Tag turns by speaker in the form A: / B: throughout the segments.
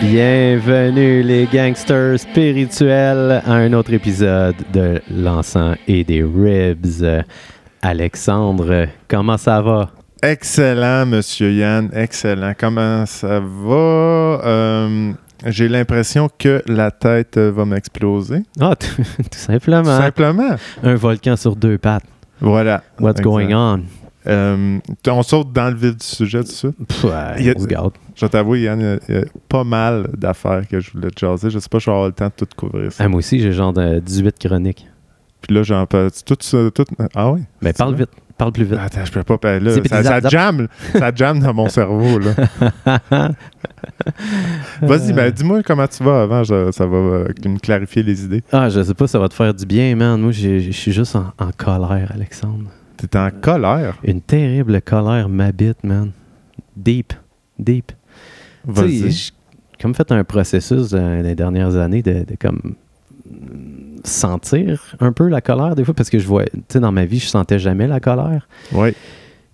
A: Bienvenue les gangsters spirituels à un autre épisode de l'encens et des ribs. Euh, Alexandre, comment ça va?
B: Excellent, Monsieur Yann, excellent. Comment ça va? Euh, j'ai l'impression que la tête euh, va m'exploser.
A: Ah, tout, tout
B: Tout
A: simplement.
B: simplement.
A: Un volcan sur deux pattes.
B: Voilà.
A: What's going on?
B: Euh, t- on saute dans le vif du sujet tout de suite.
A: Pff, ouais,
B: Il y a-
A: on regarde.
B: Je t'avoue, Yann, il y a- il y, a pas mal d'affaires que je voulais te jaser. Je sais pas si je vais avoir le temps de tout couvrir. ça.
A: Ah, moi aussi, j'ai genre de 18 chroniques.
B: Puis là, j'en peux. Tout, ça- tout... Ah oui?
A: Mais parle vite, parle plus vite.
B: Attends, je peux pas. ben là,
A: Zip,
B: ça,
A: zap,
B: ça
A: zap.
B: jamme, là. ça jamme dans mon cerveau. là. Vas-y, ben, dis-moi comment tu vas avant, je- ça va euh, me clarifier les idées.
A: Ah, je sais pas, ça va te faire du bien, man. Moi, j'ai- je suis juste en, en colère, Alexandre.
B: T'es en colère.
A: Une terrible colère m'habite, man. Deep, deep. Tu sais,
B: Vas-y.
A: j'ai comme fait un processus euh, dans les dernières années de, de comme mm, sentir un peu la colère des fois parce que je vois, tu sais, dans ma vie, je sentais jamais la colère.
B: Oui.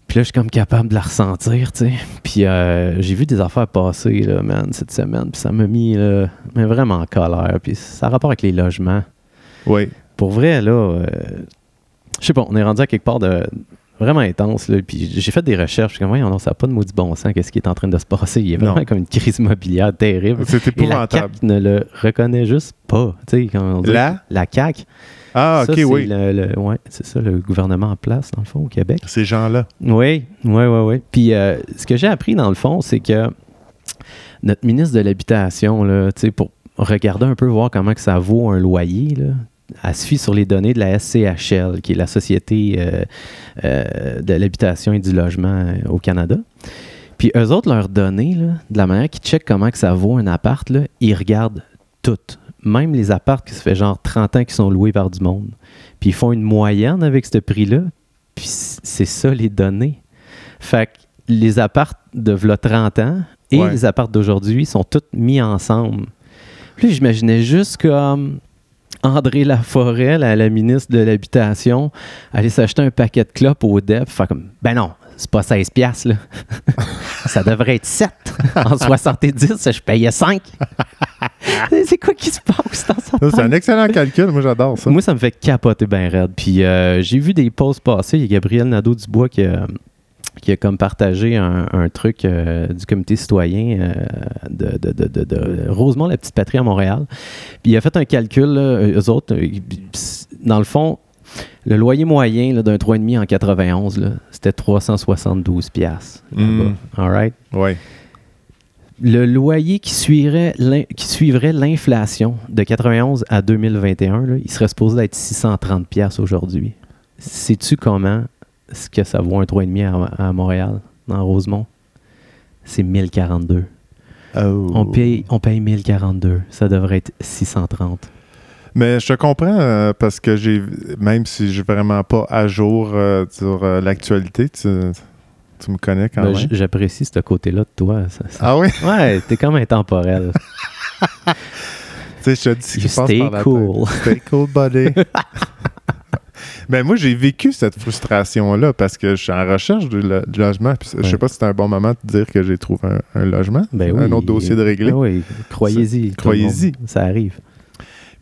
A: Puis là, je suis comme capable de la ressentir, tu sais. Puis euh, j'ai vu des affaires passer, là, man, cette semaine. Puis ça m'a mis, là, mais vraiment en colère. Puis ça a rapport avec les logements.
B: Oui.
A: Pour vrai, là, euh, je sais pas, on est rendu à quelque part de vraiment intense, là, puis j'ai fait des recherches, je suis comme, voyons, non, ça n'a pas de maudit bon sens, qu'est-ce qui est en train de se passer? Il y a vraiment
B: Non.
A: comme une crise immobilière terrible.
B: C'est
A: Et la
B: épouvantable.
A: CAQ ne le reconnaît juste pas, tu sais, quand on dit
B: La?
A: la CAQ.
B: Ah,
A: ça,
B: ok,
A: c'est
B: oui.
A: le- le- ouais, c'est ça, le gouvernement en place, dans le fond, au Québec.
B: Ces gens-là.
A: Oui, oui, oui, oui. Puis euh, ce que j'ai appris dans le fond, c'est que notre ministre de l'Habitation, là, tu sais, pour regarder un peu, voir comment que ça vaut un loyer, là, elle se fie sur les données de la SCHL, qui est la Société euh, euh, de l'Habitation et du Logement euh, au Canada. Puis eux autres, leurs données, là, de la manière qu'ils checkent comment que ça vaut un appart, là, ils regardent toutes. Même les apparts qui se fait genre 30 ans qui sont loués par du monde. Puis ils font une moyenne avec ce prix-là. Puis c- c'est ça les données. Fait que les apparts de v'là 30 ans et
B: Ouais.
A: les apparts d'aujourd'hui sont toutes mis ensemble. Puis là, j'imaginais juste comme André Laforêt, la, la ministre de l'Habitation, aller s'acheter un paquet de clopes au DEP. Faire comme, ben non, c'est pas 16 piastres, là. ça devrait être 7. En 70, je payais 5. c'est quoi qui se passe dans sa
B: Ça, C'est
A: tête?
B: un excellent calcul. Moi, j'adore ça.
A: Moi, ça me fait capoter bien raide. Puis euh, j'ai vu des posts passer. Il y a Gabriel Nadeau-Dubois qui a, qui a comme partagé un, un truc euh, du comité citoyen euh, de, de, de, de- de Rosemont, la petite patrie à Montréal. Puis il a fait un calcul, là, eux autres. euh, Dans le fond, le loyer moyen là, d'un 3,5 en 91, là, c'était 372 piastres. là-bas.
B: Mm.
A: All right?
B: Oui.
A: Le loyer qui suivrait l'in- qui suivrait l'inflation de 91 à 2021, là, il serait supposé d'être 630 pièces aujourd'hui. Sais-tu comment ce que ça vaut un 3,5 à, à Montréal, dans Rosemont? C'est 1042.
B: Oh.
A: On paye, on paye 1042. Ça devrait être 630.
B: Mais je te comprends euh, parce que j'ai, même si je suis vraiment pas à jour euh, sur euh, l'actualité, tu, tu me connais quand
A: Ben, j-
B: même.
A: J'apprécie ce côté-là de toi. ça- ça-
B: Ah oui,
A: Ouais, t'es comme intemporel.
B: tu sais, je te dis ce
A: You
B: qui passe par
A: stay
B: la tête.
A: cool.
B: Stay cool, buddy. Mais moi, j'ai vécu cette frustration-là parce que je suis en recherche de, lo- de logement. Puis je sais
A: Ouais.
B: pas si c'est un bon moment de dire que j'ai trouvé un, un logement,
A: Ben
B: un
A: oui,
B: autre dossier de régler.
A: ben oui, croyez-y. tout le
B: croyez-y.
A: monde. Ça arrive.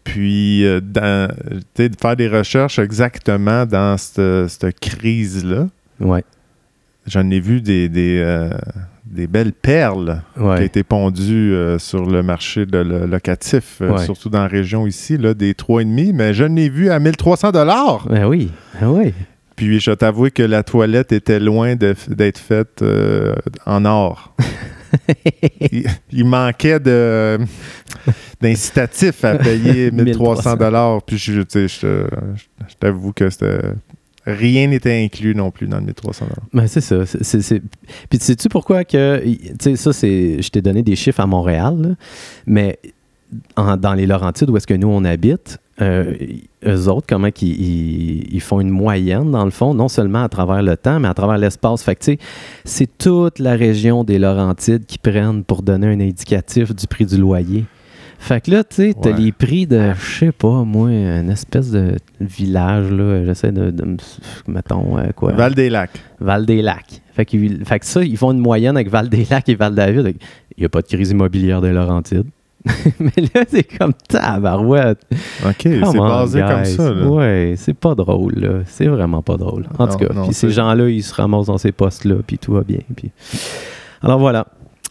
B: Puis, euh, dans- tu sais, de faire des recherches exactement dans cette, cette crise-là,
A: Ouais.
B: j'en ai vu des, des, euh, des belles perles qui ont
A: ouais.
B: été pondues euh, sur le marché de le- locatif, euh,
A: Ouais.
B: surtout dans la région ici, là, des 3,5, mais je n'ai vu à 1300 dollars.
A: Ben oui. Ben oui.
B: Puis, je t'avoue que la toilette était loin de- d'être faite euh, en or. il, il manquait de d'incitatif à payer 1300 dollars puis je, tu sais, je, te- je t'avoue que c'était rien n'était inclus non plus dans le 1300 dollars
A: Ben, c'est ça. C'est- c'est- c'est- Puis sais-tu pourquoi que... Tu sais, ça, c'est... Je t'ai donné des chiffres à Montréal, là, mais en- dans les Laurentides, où est-ce que nous, on habite, euh, eux autres, comment qu'ils ils, ils font une moyenne, dans le fond, non seulement à travers le temps, mais à travers l'espace. Fait que, tu sais, c'est toute la région des Laurentides qui prennent pour donner un indicatif du prix du loyer. Fait que là, tu sais, t'as les prix de, je sais pas, moi, une espèce de village, là, j'essaie de, de me- mettons, euh,
B: Ben,
A: quoi.
B: Val-des-Lacs.
A: Val-des-Lacs. Fait que, fait que ça, ils font une moyenne avec Val-des-Lacs et Val-David. Il n'y a pas de crise immobilière de Laurentides. Mais là, c'est comme tabarouette.
B: OK, Eh, c'est
A: Come on,
B: basé comme
A: guys.
B: ça. là.
A: Ouais, c'est pas drôle, là. C'est vraiment pas drôle. En tout
B: Non,
A: cas,
B: non,
A: puis ces
B: c'est-
A: gens-là, ils se ramassent dans ces postes-là, puis tout va bien. Puis... Alors voilà.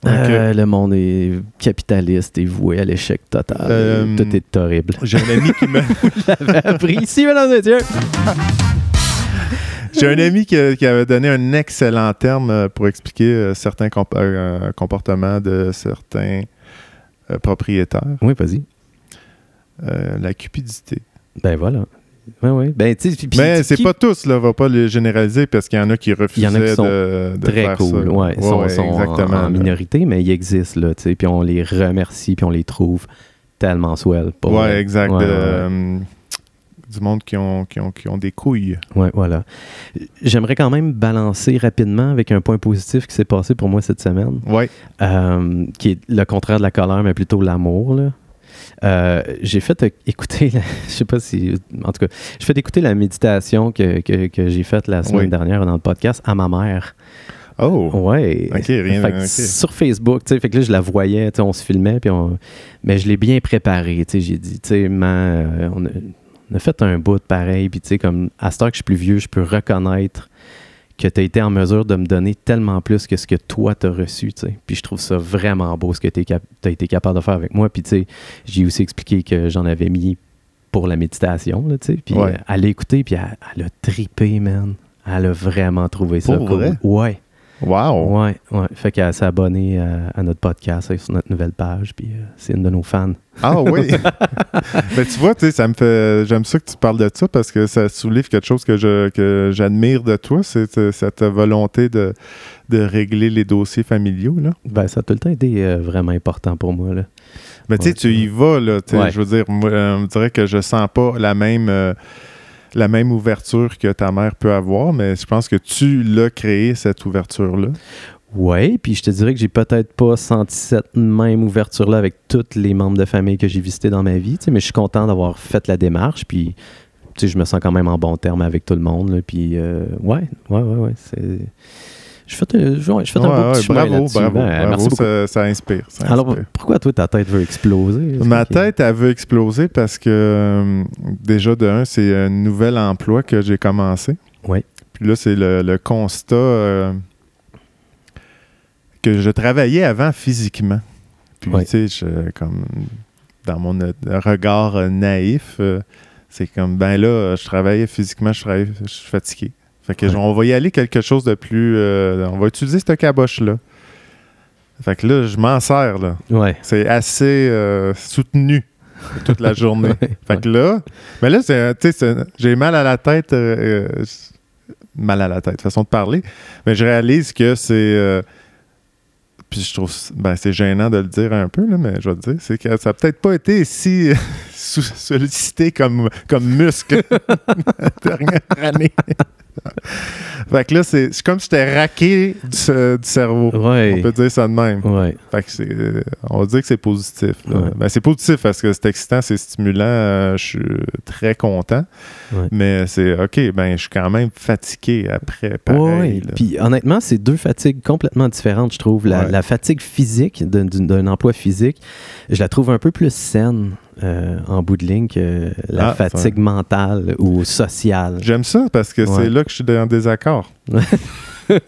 B: Ok.
A: Euh, le monde est capitaliste et voué à l'échec total.
B: Euh,
A: Tout est horrible.
B: J'ai un ami qui me-
A: J'avais appris ici, mesdames et messieurs.
B: J'ai un ami qui, qui avait donné un excellent terme euh, pour expliquer euh, certains comp- euh, comportements de certains euh, propriétaires.
A: Oui, vas-y.
B: Euh, la cupidité.
A: Ben voilà. Oui, oui. Ben, tu sais, puis- puis-
B: Mais c'est
A: qui-
B: pas tous, là, va pas les généraliser parce qu'il y en a qui refusaient
A: qui sont
B: de, de
A: très
B: faire ça.
A: cool. Ouais,
B: Ouais,
A: sont,
B: ouais,
A: sont en-
B: exactement.
A: en,
B: là.
A: minorité, mais ils existent, là, tu sais, puis on les remercie, puis on les trouve tellement swell. pour
B: ouais,
A: vrai.
B: exact.
A: Ouais, ouais,
B: de, euh, du monde qui ont, qui ont, qui ont des couilles.
A: ouais, voilà. J'aimerais quand même balancer rapidement avec un point positif qui s'est passé pour moi cette semaine,
B: Ouais.
A: euh, qui est le contraire de la colère, mais plutôt l'amour, là. Euh, j'ai fait euh, écouter, la- je sais pas si, en tout cas, j'ai fait écouter la méditation que, que- que j'ai faite la semaine
B: Oui.
A: dernière dans le podcast à ma mère.
B: Oh!
A: Ouais.
B: Ok, rien-
A: Fait que
B: ok.
A: Sur Facebook, tu sais, fait que là, je la voyais, tu sais, on se filmait, puis on... mais je l'ai bien préparée, tu sais, j'ai dit, tu sais, ma, euh, on, a, on a fait un bout de pareil, puis tu sais, comme à cette heure que je suis plus vieux, je peux reconnaître que tu as été en mesure de me donner tellement plus que ce que toi t'as reçu, tu sais. Puis je trouve ça vraiment beau ce que tu as été capable de faire avec moi, puis tu sais, j'ai aussi expliqué que j'en avais mis pour la méditation, là, tu sais, puis
B: Ouais.
A: euh, elle a écouté, puis elle, elle a tripé, man. Elle a vraiment trouvé ça
B: Pour
A: cool.
B: vrai?
A: Ouais.
B: Wow!
A: Ouais, ouais. Fait qu'elle s'est abonnée euh, à notre podcast euh, sur notre nouvelle page, puis euh, c'est une de nos fans.
B: Ah oui! Mais tu vois, tu sais, ça me fait. J'aime ça que tu parles de ça parce que ça soulève quelque chose que je que j'admire de toi, c'est euh, cette volonté de, de régler les dossiers familiaux. Là.
A: Ben, ça a tout le temps été euh, vraiment important pour moi, là.
B: Mais tu sais,
A: Ouais.
B: tu y vas, là. tu sais,
A: Ouais.
B: Je veux dire, moi, euh, on me dirait que je sens pas la même, euh, la même ouverture que ta mère peut avoir, mais je pense que tu l'as créé, cette ouverture-là.
A: Ouais, puis je te dirais que j'ai peut-être pas senti cette même ouverture-là avec tous les membres de famille que j'ai visités dans ma vie, tu sais, mais je suis content d'avoir fait la démarche, puis tu sais, je me sens quand même en bon terme avec tout le monde, là, puis euh, ouais, ouais, ouais, ouais, c'est... Je fais un, ouais, je fais un
B: Ouais,
A: beau petit
B: ouais,
A: chemin
B: bravo,
A: là-dessus.
B: bravo,
A: Ben,
B: bravo,
A: merci beaucoup.
B: ça, ça inspire. ça
A: Alors,
B: inspire.
A: pourquoi toi, ta tête veut exploser?
B: Ma
A: Est-ce que-
B: tête, elle veut exploser parce que euh, déjà, de un, c'est un nouvel emploi que j'ai commencé.
A: Oui.
B: Puis là, c'est le, le constat euh, que je travaillais avant physiquement. Puis,
A: Oui.
B: tu sais, je- comme dans mon euh, regard euh, naïf, euh, c'est comme, ben là, euh, je travaillais physiquement, je, travaillais- je suis fatigué. Fait que
A: Ouais.
B: je- on va y aller quelque chose de plus. euh, on va utiliser cette caboche-là. Fait que là, je m'en sers, là.
A: Ouais.
B: C'est assez euh, soutenu toute la journée. fait
A: ouais.
B: que là, mais là, c'est, tu sais, c'est- j'ai mal à la tête, euh, euh, c'est- mal à la tête, façon de parler, mais je réalise que c'est. euh, puis je trouve, ben, c'est gênant de le dire un peu, là, mais je vais te dire, c'est que ça n'a peut-être pas été si euh, sou- sollicité comme, comme muscle la dernière année. fait que là, c'est, c'est comme si j'étais raqué du, ce- du cerveau.
A: Ouais.
B: On peut dire ça de même.
A: Ouais.
B: Fait que c'est- euh, on va dire que c'est positif. là.
A: Ouais.
B: Ben, c'est positif parce que c'est excitant, c'est stimulant. euh, je suis très content.
A: Ouais.
B: Mais c'est OK, ben je suis quand même fatigué après.
A: Ouais,
B: Pareil,
A: ouais.
B: là.
A: Puis honnêtement, c'est deux fatigues complètement différentes, je trouve. La,
B: Ouais.
A: la fatigue physique d'un- d'une- d'un emploi physique, je la trouve un peu plus saine euh, en bout de ligne que la
B: Ah,
A: fatigue mentale ou sociale.
B: J'aime ça parce que
A: Ouais.
B: c'est là que je suis en désaccord.
A: Mais ouais,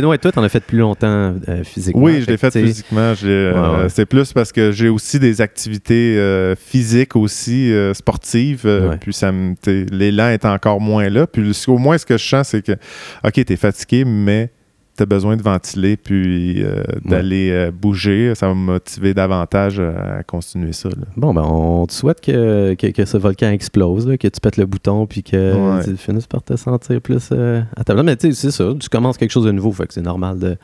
A: Ben, toi, t'en as fait plus longtemps euh, physiquement.
B: Oui, je l'ai
A: que,
B: fait
A: tu sais,
B: physiquement. je l'ai, euh,
A: Ouais, ouais.
B: C'est plus parce que j'ai aussi des activités euh, physiques aussi, euh, sportives. euh,
A: Ouais.
B: Puis ça me, t'es- l'élan est encore moins là. Puis le- au moins, ce que je sens, c'est que, OK, t'es fatigué, mais t'as besoin de ventiler, puis euh, d'aller euh, bouger. Ça va me motiver davantage à continuer ça. là.
A: Bon, ben, on te souhaite que, que, que ce volcan explose, là, que tu pètes le bouton, puis que
B: Ouais.
A: tu finisses par te sentir plus euh, à ta place. Mais tu sais, c'est ça, tu commences quelque chose de nouveau, fait que c'est normal de,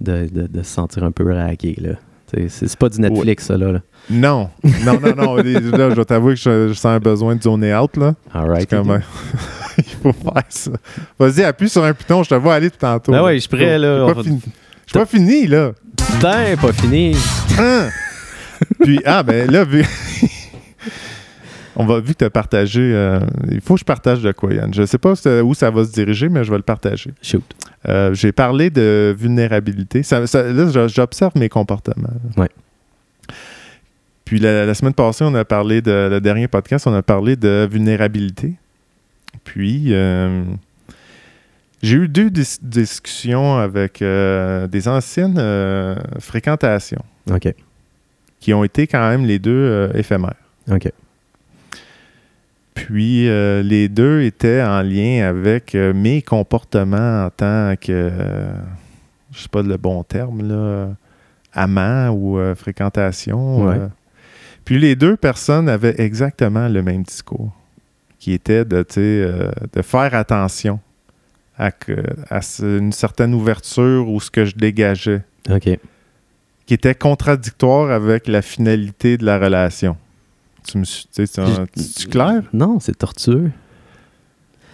A: de, de, de se sentir un peu raqué, là. Tu sais, C'est c'est pas du Netflix, ça, là. là.
B: Non, non, non, non. les- là, je vais t'avouer que je, je sens un besoin de zoner out, là.
A: All right.
B: C'est comme,
A: Ben
B: il faut faire ça. Vas-y, appuie sur un piton, je te vois aller tout tantôt.
A: Ben ouais, je suis prêt, là.
B: J'ai
A: On
B: pas
A: va-
B: fini. J'ai pas fini, là.
A: Putain, pas fini.
B: Hein? Puis, ah, ben là, vu. On va, vu que tu as partagé, euh, il faut que je partage de quoi, Yann. Je ne sais pas où ça va se diriger, mais je vais le partager.
A: Shoot.
B: Euh, J'ai parlé de vulnérabilité. Ça- ça- là, j'observe mes comportements. là.
A: Ouais.
B: Puis la, la semaine passée, on a parlé de le dernier podcast, on a parlé de vulnérabilité. Puis euh, j'ai eu deux dis- discussions avec euh, des anciennes euh, fréquentations
A: OK.
B: qui ont été quand même les deux euh, éphémères.
A: OK.
B: Puis euh, les deux étaient en lien avec euh, mes comportements en tant que, euh, je sais pas le bon terme, là, euh, amant ou euh, fréquentation.
A: Ouais.
B: euh. Puis les deux personnes avaient exactement le même discours, qui était de, tu sais, euh, de faire attention à, que- à ce- une certaine ouverture ou ce que je dégageais,
A: OK.
B: qui était contradictoire avec la finalité de la relation. Tu me suis, tu sais, tu-
A: Je-
B: tu- tu clair?
A: Non, c'est tortueux.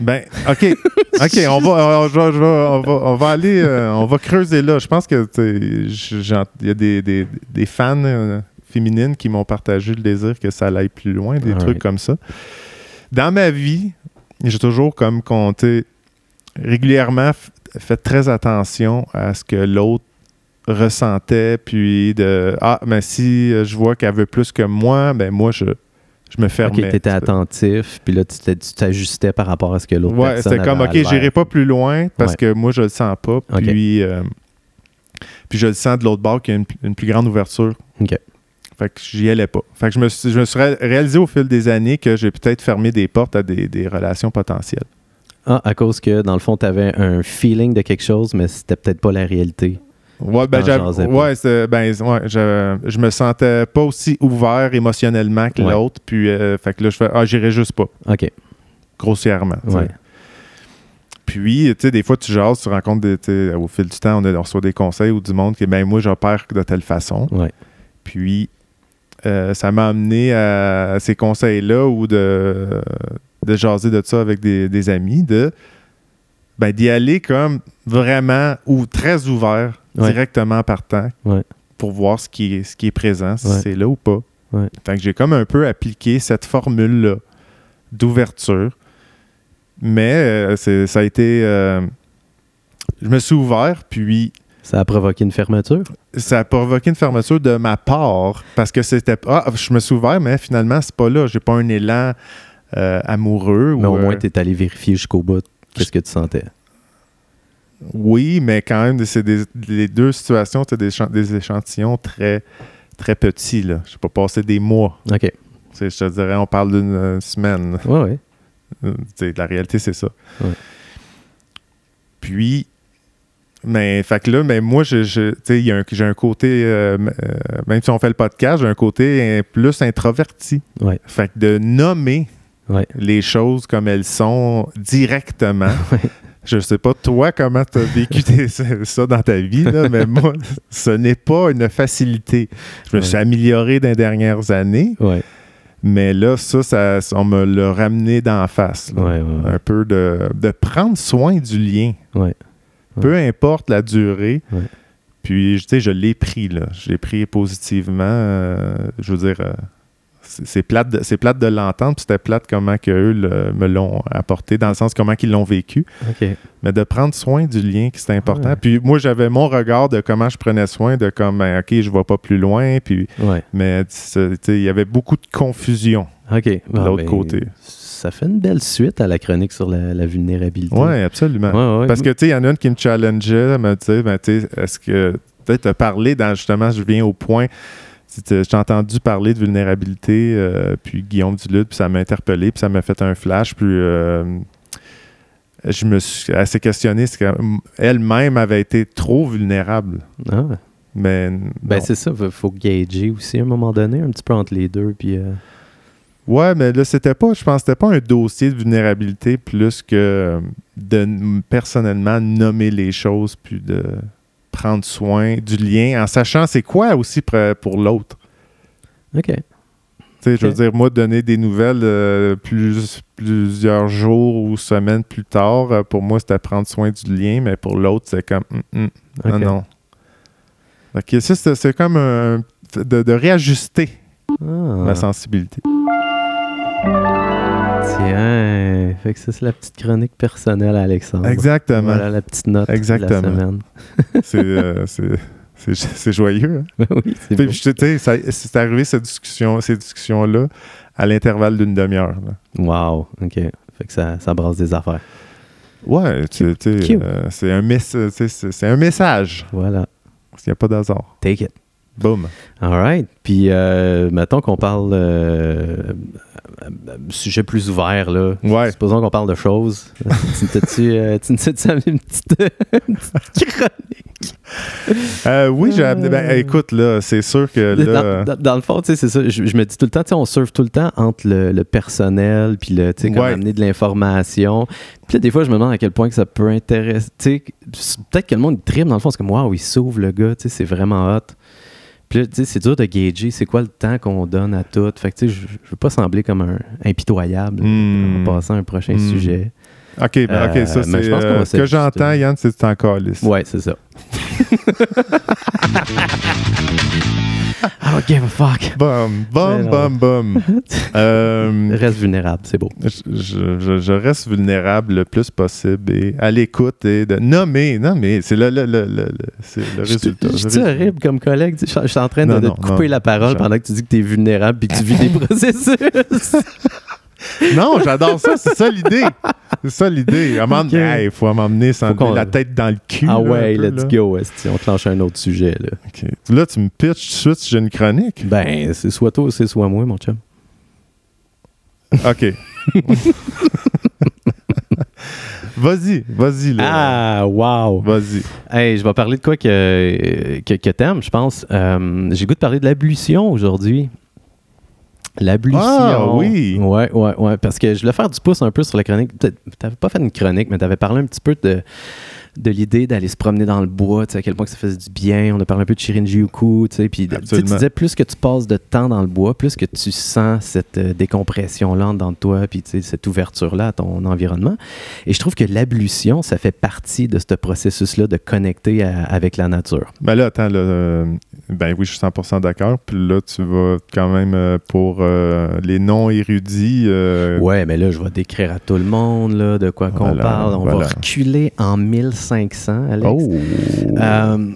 B: Ben, OK. OK, on va, on, je vais- je vais- on va, on va aller, euh, on va creuser là. Je pense que tu sais, je- j'en- il y a des, des- des fans euh, féminines qui m'ont partagé le désir que ça aille plus loin, des
A: Alright.
B: trucs comme ça. Dans ma vie, j'ai toujours comme compté régulièrement f- fait très attention à ce que l'autre ressentait, puis de ah, mais si euh, je vois qu'elle veut plus que moi, ben moi je, je me
A: OK,
B: fermais.
A: t'étais attentif, puis là, tu t'es- tu t'ajustais par rapport à ce que l'autre
B: Ouais,
A: personne
B: c'était comme,
A: avait
B: OK,
A: à l'air.
B: j'irai pas plus loin parce
A: Ouais.
B: que moi, je le sens pas.
A: OK.
B: Puis, euh, puis je le sens de l'autre bord qu'il y a une, une plus grande ouverture.
A: OK.
B: Fait que j'y allais pas. Fait que je me suis, je me suis ré- réalisé au fil des années que j'ai peut-être fermé des portes à des, des relations potentielles.
A: Ah, à cause que, dans le fond, t'avais un feeling de quelque chose, mais c'était peut-être pas la réalité.
B: Ouais, ben,
A: t'en
B: j'avais-
A: jasais pas.
B: ouais, c'est- ben, ouais, je, je me sentais pas aussi ouvert émotionnellement que
A: Ouais.
B: l'autre. Puis, euh, fait que là, je fais, ah, j'irai juste pas,
A: OK.
B: grossièrement. tu sais.
A: Ouais.
B: Puis, tu sais, des fois, tu jases, tu rencontres, des, tu sais, au fil du temps, on, a- on reçoit des conseils ou du monde qui, ben moi, j'opère de telle façon.
A: Ouais.
B: Puis, euh, ça m'a amené à ces conseils-là ou de, de jaser de ça avec des, des amis, de ben, d'y aller comme vraiment ou très ouvert,
A: Ouais.
B: directement partant,
A: Ouais.
B: pour voir ce qui est, ce qui est présent, si
A: Ouais.
B: c'est là ou pas.
A: Ouais.
B: Fait que j'ai comme un peu appliqué cette formule-là d'ouverture. Mais euh, c'est- ça a été. euh, je me suis ouvert, puis
A: Ça a provoqué une fermeture?
B: ça a provoqué une fermeture de ma part parce que c'était ah je me suis ouvert mais finalement c'est pas là j'ai pas un élan euh, amoureux
A: Mais
B: ou,
A: au moins,
B: euh,
A: t'es allé vérifier jusqu'au bout qu'est-ce que tu sentais.
B: oui mais quand même c'est des- les deux situations c'est des, échan- des échantillons très très petits là j'ai pas passé des mois
A: OK.
B: Tu sais, je te dirais on parle d'une euh, semaine
A: Ouais, ouais.
B: Euh, tu sais, la réalité, c'est ça.
A: Ouais.
B: Puis, mais, fait que là, mais moi, je- je- tu sais, il y a un- j'ai un, côté, euh, m- euh, même si on fait le podcast, j'ai un côté euh, plus introverti.
A: Ouais.
B: Fait que de nommer
A: Ouais.
B: les choses comme elles sont directement.
A: Ouais.
B: Je sais pas, toi, comment tu as vécu tes- ça dans ta vie, là, mais moi, ce n'est pas une facilité. Je me suis
A: Ouais.
B: amélioré dans les dernières années,
A: Ouais.
B: mais là, ça, ça on me l'a ramené d'en face. là
A: Ouais, ouais, ouais.
B: un peu de, de prendre soin du lien.
A: Ouais.
B: Peu importe la durée.
A: Ouais.
B: Puis, je- tu sais, je l'ai pris, là. Je l'ai pris positivement. euh, je veux dire, euh, c'est c'est plate, de- c'est plate de l'entendre, puis c'était plate comment que eux le- me l'ont apporté, dans le sens comment qu'ils l'ont vécu.
A: OK.
B: Mais de prendre soin du lien, qui c'est important.
A: Ouais.
B: Puis moi, j'avais mon regard de comment je prenais soin, de comme, ben, OK, je ne vais pas plus loin. Puis,
A: Ouais.
B: mais c'est- tu sais, il y avait beaucoup de confusion.
A: OK. Ah,
B: l'autre côté.
A: Ça fait une belle suite à la chronique sur la, la vulnérabilité.
B: Oui, absolument.
A: Ouais, ouais.
B: Parce que, tu sais, il y en a une qui me challengeait, elle me disait, ben, tu sais, est-ce que. Peut-être te parler dans, justement, je viens au point. Si tu- J'ai entendu parler de vulnérabilité, euh, puis Guillaume Duluth, puis ça m'a interpellé, puis ça m'a fait un flash, puis. euh, je me suis assez questionné c'est qu'elle-même avait été trop vulnérable.
A: Ah.
B: Mais non.
A: Ben, c'est ça. Faut, faut gager aussi à un moment donné, un petit peu entre les deux. Puis, euh,
B: ouais, mais là, c'était pas, je pense, que c'était pas un dossier de vulnérabilité plus que euh, de n- personnellement nommer les choses puis de prendre soin du lien en sachant c'est quoi aussi pr- pour l'autre.
A: OK.
B: Tu sais, Je veux
A: Ok.
B: dire, moi, donner des nouvelles euh, plus, plusieurs jours ou semaines plus tard, euh, pour moi, c'était prendre soin du lien, mais mm, pour l'autre, c'est comme, Hum, hum,
A: OK.
B: non, non. Ok, ça, c'est c'est comme un de, de réajuster ma
A: Ah,
B: sensibilité.
A: tiens. Fait que ça, c'est la petite chronique personnelle à Alexandre.
B: Exactement.
A: Voilà la petite note
B: Exactement.
A: de la semaine.
B: C'est euh, c'est- c'est- c'est joyeux. hein?
A: Ben oui, c'est
B: Puis,
A: beau.
B: je- tu sais, ça- c'est arrivé cette discussion, ces discussions-là à l'intervalle d'une demi-heure. là.
A: Wow, OK. Fait que ça, ça brasse des affaires.
B: Ouais, tu- tu sais,
A: Cute.
B: euh, c'est un, mes- tu sais, c'est- c'est un message.
A: Voilà.
B: Il n'y a pas d'hasard.
A: Take it.
B: Boum.
A: All right. Puis, euh, mettons qu'on parle euh, euh, euh, sujet plus ouvert, là.
B: Ouais.
A: Supposons qu'on parle de choses. tu t'as-tu euh, tu nous as-tu amené une petite, une petite chronique?
B: Euh, oui, j'ai amené. ben,
A: Euh.
B: écoute, là, c'est sûr que là. euh,
A: Dans, dans- dans le fond, tu sais, c'est ça. Je, je me dis tout le temps, tu sais, on surfe tout le temps entre le, le personnel, puis le, tu sais, comme
B: Ouais.
A: amener de l'information. Puis là, des fois, je me demande à quel point que ça peut intéresser. Tu sais, c'est- peut-être que le monde il trime, dans le fond, c'est comme, waouh, il s'ouvre le gars, tu sais, c'est vraiment hot. Puis là, tu sais, c'est dur de gager, c'est quoi le temps qu'on donne à tout. Fait que, tu sais, je, je veux pas sembler comme un impitoyable
B: Hmm.
A: en passant à un prochain
B: Hmm.
A: sujet.
B: Ok, ben, ok,
A: Euh,
B: ça,
A: mais
B: c'est.
A: je pense qu'on va
B: euh, Ce
A: s'ajuster.
B: que j'entends, Yann, c'est que c'est encore lisse.
A: Ouais, c'est ça. I don't give a fuck.
B: Bum, bum,
A: Mais
B: bum, bum. Euh,
A: Reste vulnérable, c'est beau.
B: je, je- je reste vulnérable le plus possible et à l'écoute et de nommer, nommer. C'est le, le, le, le, le- c'est le résultat. Le
A: C'est
B: résultat.
A: horrible comme collègue. Tu sais, Je je suis en train de,
B: Non,
A: de
B: non,
A: te couper
B: non.
A: la parole
B: Je-
A: pendant que tu dis que tu es vulnérable puis que tu vis des processus.
B: Non, j'adore ça. C'est ça l'idée. C'est ça l'idée. À un moment donné,
A: Ok.
B: hey, faut m'emmener sans
A: Faut qu'on-
B: la tête dans le cul.
A: ah
B: là, un
A: ouais,
B: peu,
A: let's
B: là.
A: go. esti. On clenche un autre sujet. Là,
B: Ok. Là, tu me pitches tout de suite si j'ai une chronique.
A: ben, c'est soit toi, c'est soit moi, mon chum.
B: OK. vas-y, vas-y. Là.
A: Ah, wow.
B: Vas-y.
A: Hey, je vais parler de quoi que, que, que t'aimes, je pense. Euh, J'ai goût de parler de l'ablution aujourd'hui. L'ablution.
B: Ah, oui.
A: Ouais, ouais, ouais. Parce que je voulais faire du pouce un peu sur la chronique. Peut-être- T'avais pas fait une chronique, mais t'avais parlé un petit peu de, de l'idée d'aller se promener dans le bois, tu sais, à quel point que ça faisait du bien. On a parlé un peu de Shinji Uku, tu sais. Puis de- tu sais, tu
B: Absolument.
A: disais, plus que tu passes de temps dans le bois, plus que tu sens cette euh, décompression-là dans toi, puis tu sais, cette ouverture-là à ton environnement. Et je trouve que l'ablution, ça fait partie de ce processus-là de connecter à- avec la nature.
B: Ben là, attends, là, euh, ben oui, je suis 100% d'accord. Puis là, tu vas quand même euh, pour euh, les non-érudits. euh,
A: Ouais, mais là, je vais décrire à tout le monde là, de quoi qu'on
B: Voilà,
A: parle. On va
B: voilà.
A: reculer en 1500, Alex.
B: Oh!
A: Euh,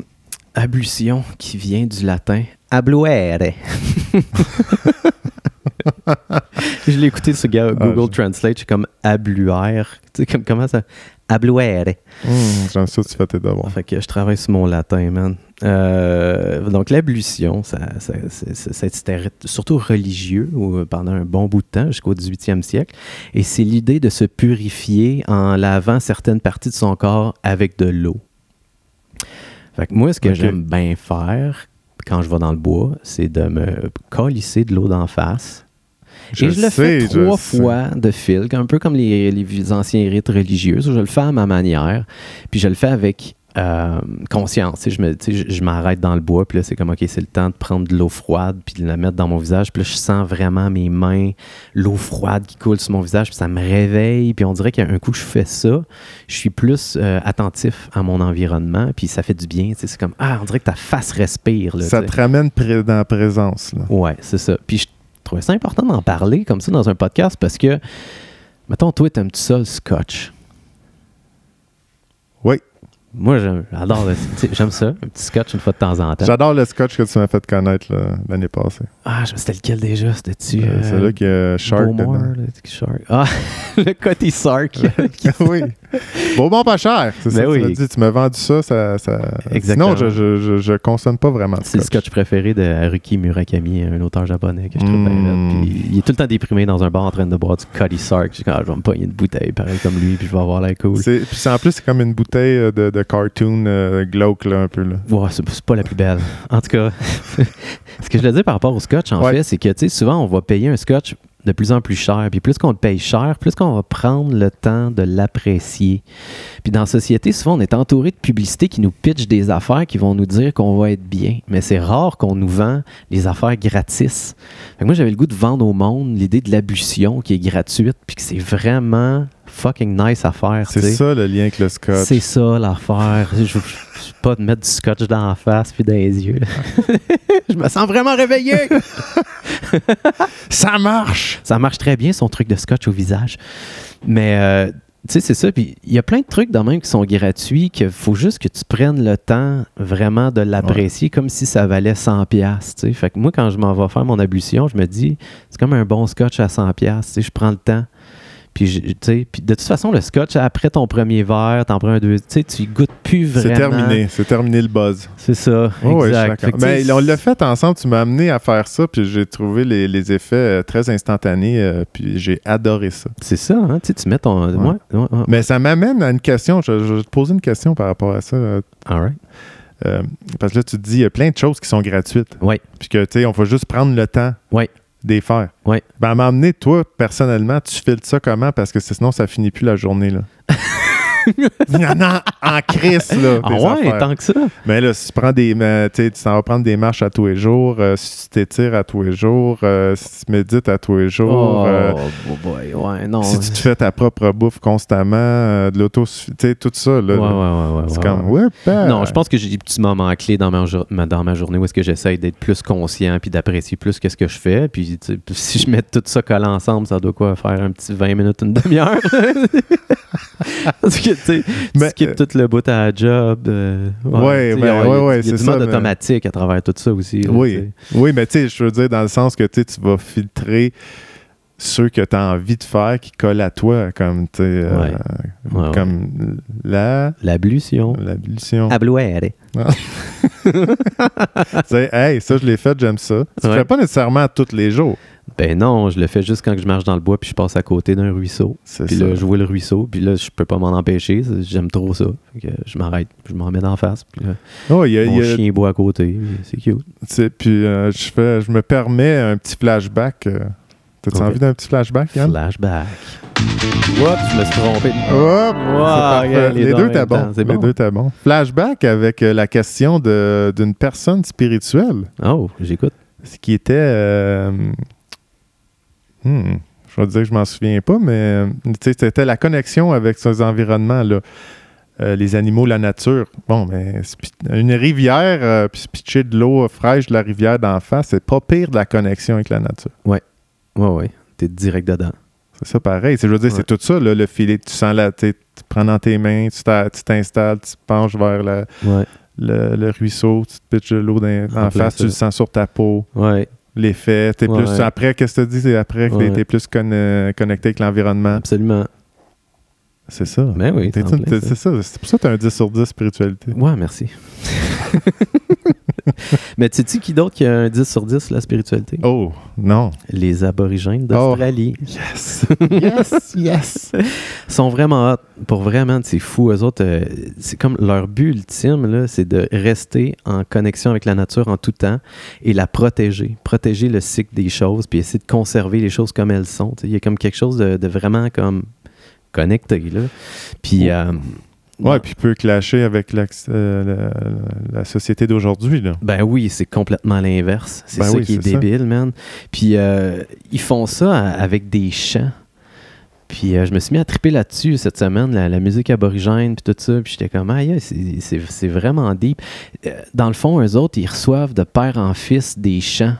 A: ablution qui vient du latin abluere. je l'ai écouté sur Ga- Google
B: je-
A: Translate, Ah, je suis comme abluère. Tu sais, comme, comment ça? Abluere.
B: Hum, J'aime ça, tu fais tes devoirs.
A: Fait que je travaille sur mon latin, man. Euh, donc, l'ablution, ça, ça- ça- ça- ça- c'était surtout religieux ou, euh, pendant un bon bout de temps, jusqu'au 18e siècle. Et c'est l'idée de se purifier en lavant certaines parties de son corps avec de l'eau. Fait que moi, ce que
B: Ok.
A: j'aime bien faire quand je vais dans le bois, c'est de me colisser de l'eau d'en face. et je le fais
B: sais, je
A: trois
B: sais.
A: fois de fil, un peu comme les, les anciens rites religieux. Je le fais à ma manière, puis je le fais avec euh, conscience. Tu sais, Je me- tu sais, je je m'arrête dans le bois, puis là, c'est comme, OK, c'est le temps de prendre de l'eau froide, puis de la mettre dans mon visage. Puis là, je sens vraiment mes mains, l'eau froide qui coule sur mon visage, puis ça me réveille. Puis on dirait qu'un coup que je fais ça, je suis plus euh, attentif à mon environnement, puis ça fait du bien. Tu sais, C'est comme, ah, on dirait que ta face respire. là,
B: Ça
A: tu sais.
B: te ramène pré- dans la présence. Là.
A: Ouais, c'est ça. Puis je trouvais ça important d'en parler comme ça dans un podcast parce que, mettons, toi, t'aimes-tu ça le scotch?
B: Oui,
A: Moi, j'aime- j'adore le- tu sais, j'aime ça, un petit scotch une fois de temps en temps.
B: j'adore le scotch que tu m'as fait connaître là, l'année passée.
A: Ah, je- c'était lequel déjà? C'était-tu...
B: Euh,
A: euh,
B: C'est là qu'il y a Shark
A: Beaumont,
B: dedans.
A: le petit Shark. Ah, le côté Sark.
B: oui. Bon, bon, pas cher. C'est
A: Ben
B: ça que
A: oui.
B: tu m'as dit. Tu m'as vendu ça. ça, ça...
A: Exactement.
B: Sinon, je, je, je, je consomme pas vraiment de
A: C'est le scotch préféré de Haruki Murakami, un auteur japonais que je trouve bien
B: Mm.
A: raide. Puis il est tout le temps déprimé dans un bar en train de boire du Cody Sark. Je suis comme, Ah, je vais me pogner une bouteille pareil comme lui, puis je vais avoir l'air cool.
B: C'est- Puis c'est- en plus, c'est comme une bouteille euh, de, de cartoon euh, glauque, là, un peu. Là.
A: Ouais, c'est c'est pas la plus belle. En tout cas, ce que je veux dire par rapport au scotch, en
B: Ouais.
A: fait, c'est que tu sais, souvent, on va payer un scotch de plus en plus cher. Puis plus qu'on le paye cher, plus qu'on va prendre le temps de l'apprécier. Puis dans la société, souvent, on est entouré de publicités qui nous pitchent des affaires qui vont nous dire qu'on va être bien. Mais c'est rare qu'on nous vend les affaires gratis. Fait que moi, j'avais le goût de vendre au monde l'idée de l'ablution qui est gratuite, puis que c'est vraiment fucking nice à faire.
B: C'est
A: tu sais.
B: ça le lien avec le scotch.
A: C'est ça l'affaire. Je, je- je- pas de mettre du scotch dans la face puis dans les yeux. je me sens vraiment réveillé.
B: Ça marche!
A: ça marche très bien son truc de scotch au visage. Mais euh, tu sais, c'est ça. Puis il y a plein de trucs dans même qui sont gratuits qu'il faut juste que tu prennes le temps vraiment de l'apprécier comme si ça valait 100 pièces. Tu sais, fait que moi quand je m'en vais faire mon ablution, je me dis c'est comme un bon scotch à 100 pièces. Tu sais, je prends le temps. Puis, je- tu sais, puis de toute façon, le scotch, après ton premier verre, t'en prends un deux, tu sais, tu y goûtes plus vraiment.
B: C'est terminé. C'est terminé le buzz. Oh,
A: C'est ça.
B: Ouais, ouais, je suis
A: exact.
B: d'accord.
A: Fait que, tu sais,
B: Ben, on l'a fait ensemble. Tu m'as amené à faire ça, puis j'ai trouvé les, les effets euh, très instantanés, euh, puis j'ai adoré ça.
A: C'est ça, hein? Tu, sais, tu mets ton. Ouais.
B: Ouais.
A: ouais, ouais.
B: Mais ça m'amène à une question. Je, je vais te poser une question par rapport à ça. euh,
A: All right.
B: euh, parce que là, tu te dis, il y a plein de choses qui sont gratuites.
A: Ouais.
B: Puis que, tu sais, on va juste prendre le temps
A: Ouais.
B: des faire.
A: Ouais.
B: Ben, à m'amener, toi, personnellement, tu files ça comment? Parce que c'est- sinon, ça finit plus la journée, là. il y en a en crise, là.
A: Ah
B: des
A: ouais,
B: affaires.
A: tant que ça.
B: Mais là, si tu prends des. mais, tu sais, tu t'en vas prendre des marches à tous les jours, euh, si tu t'étires à tous les jours, euh, si tu médites à tous les jours.
A: Oh,
B: euh,
A: boy, ouais, non.
B: si tu te fais ta propre bouffe constamment, euh, de l'auto, tu sais, tout ça, là.
A: Ouais, ouais, ouais, ouais,
B: C'est
A: ouais,
B: comme,
A: ouais.
B: ouais, ben,
A: Non, je pense que j'ai des petits moments clés dans ma, jour- ma- dans ma journée où est-ce que j'essaye d'être plus conscient puis d'apprécier plus que ce que je fais. Puis tu sais, puis si je mets tout ça collé ensemble, ça doit quoi faire un petit 20 minutes, une demi-heure. Parce que tu sais, tu
B: Mais, euh,
A: skippes tout le bout à la job. euh,
B: Ouais,
A: tu sais, il y a-
B: ben, ouais,
A: il y a-
B: ouais,
A: Il y a
B: c'est
A: du
B: ça,
A: mode
B: mais-
A: automatique à travers tout ça aussi. là, tu
B: Oui,
A: sais.
B: oui mais tu sais, je veux dire, dans le sens que tu sais, tu vas filtrer ceux que tu as envie de faire qui collent à toi, comme, tu sais, euh,
A: Ouais. Ouais, ouais.
B: comme la.
A: L'ablution.
B: L'ablution.
A: Abluer.
B: Tu sais, hey, ça, je l'ai fait, j'aime ça. Tu ne
A: Ah. Ouais.
B: fais pas nécessairement tous les jours.
A: Ben non, je le fais juste quand que je marche dans le bois puis je passe à côté d'un ruisseau.
B: C'est
A: Puis
B: ça.
A: là, je vois le ruisseau, puis là, je peux pas m'en empêcher. c'est- J'aime trop ça. Fait que je m'arrête, je m'en mets d'en face. Puis là,
B: Oh, il y a- il
A: mon
B: y a-
A: chien boit à côté. puis C'est cute.
B: tu sais, puis euh, je, fais, je me permets un petit flashback. euh. T'as-tu
A: Ok.
B: envie d'un petit flashback, Yann?
A: Flashback. Ah! Oups, je me suis trompé.
B: Hop! C'est
A: Wow,
B: parfait.
A: regarde, les
B: les,
A: deux en
B: deux
A: même
B: t'as bon.
A: temps, c'est
B: Les
A: bon.
B: deux t'as bon. Flashback avec euh, la question de- d'une personne spirituelle.
A: Oh, j'écoute.
B: ce qui était. euh, hmm, je vais dire que je m'en souviens pas, mais euh, tu sais, c'était la connexion avec ces environnements-là. Euh, les animaux, la nature. Bon, mais se pi- une rivière, euh, puis se pitcher de l'eau fraîche de la rivière d'en face, c'est pas pire de la connexion avec la nature.
A: Ouais, ouais. T'es direct dedans.
B: C'est ça pareil. C'est- Je veux dire,
A: Ouais.
B: c'est tout ça, là, le filet. Tu sens la. Tu sais, tu prends dans tes mains, tu t'a- tu t'installes, tu te penches vers la-
A: Ouais.
B: le, le ruisseau, tu te pitches de l'eau dans-
A: En
B: en
A: plein
B: face, tu
A: ça.
B: le sens sur ta peau.
A: Ouais,
B: l'effet. T'es
A: Ouais.
B: plus après, qu'est-ce que tu dis? C'est après que
A: Ouais.
B: t'es plus conne- connecté avec l'environnement.
A: absolument.
B: C'est ça.
A: Ben oui,
B: T'es-
A: c'est en plein
B: t'es-
A: ça.
B: C'est ça. C'est pour ça que t'as un 10 sur 10 spiritualité.
A: Ouais, merci. Mais tu sais qui d'autre qui a un 10 sur 10 sur la spiritualité?
B: Oh, non.
A: Les aborigènes d'Australie.
B: Yes! yes! Yes!
A: sont vraiment hot. Pour vraiment, c'est fou. Eux autres, euh, c'est comme leur but ultime, là, c'est de rester en connexion avec la nature en tout temps et la protéger. Protéger le cycle des choses, puis essayer de conserver les choses comme elles sont. Tu sais, Il y a comme quelque chose de, de vraiment comme connecté, là.
B: Oh.
A: Puis... euh,
B: Ouais, puis peut clasher avec l'ac- euh, la, la- la société d'aujourd'hui, là.
A: Ben oui, c'est complètement l'inverse. C'est
B: Hein? Ben
A: ça
B: oui,
A: qui est,
B: c'est ça.
A: débile, man. Puis euh, ils font ça à- avec des chants. Puis euh, je me suis mis à triper là-dessus cette semaine, la, la musique aborigène, puis tout ça. Puis j'étais comme, aïe, aïe, c'est- c'est c'est vraiment deep. Euh, Dans le fond, eux autres, ils reçoivent de père en fils des chants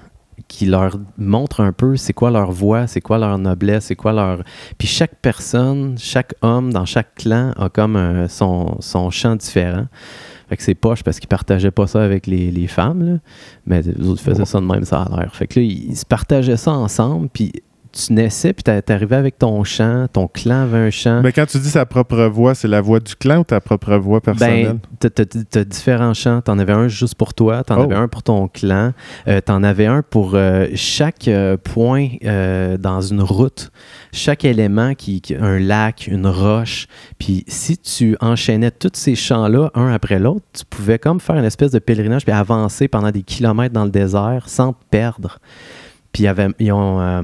A: qui leur montrent un peu c'est quoi leur voix, c'est quoi leur noblesse, c'est quoi leur... Puis chaque personne, chaque homme dans chaque clan a comme euh, son, son chant différent. Fait que c'est poche parce qu'ils partageaient pas ça avec les, les femmes, là. mais les autres faisaient ça de même, ça a l'air. Fait que là, ils se partageaient ça ensemble, puis tu naissais, puis t'a- t'arrivais avec ton chant, ton clan avait un chant.
B: Mais quand tu dis sa propre voix, c'est la voix du clan ou ta propre voix personnelle?
A: Ben, t'as- t'as- t'as différents chants. T'en avais un juste pour toi, t'en
B: Oh.
A: avais un pour ton clan, euh, t'en avais un pour euh, chaque euh, point euh, dans une route, chaque élément, qui, qui- un lac, une roche. Puis si tu enchaînais tous ces chants-là, un après l'autre, tu pouvais comme faire une espèce de pèlerinage puis avancer pendant des kilomètres dans le désert sans te perdre. Puis il y avait- ils ont... euh,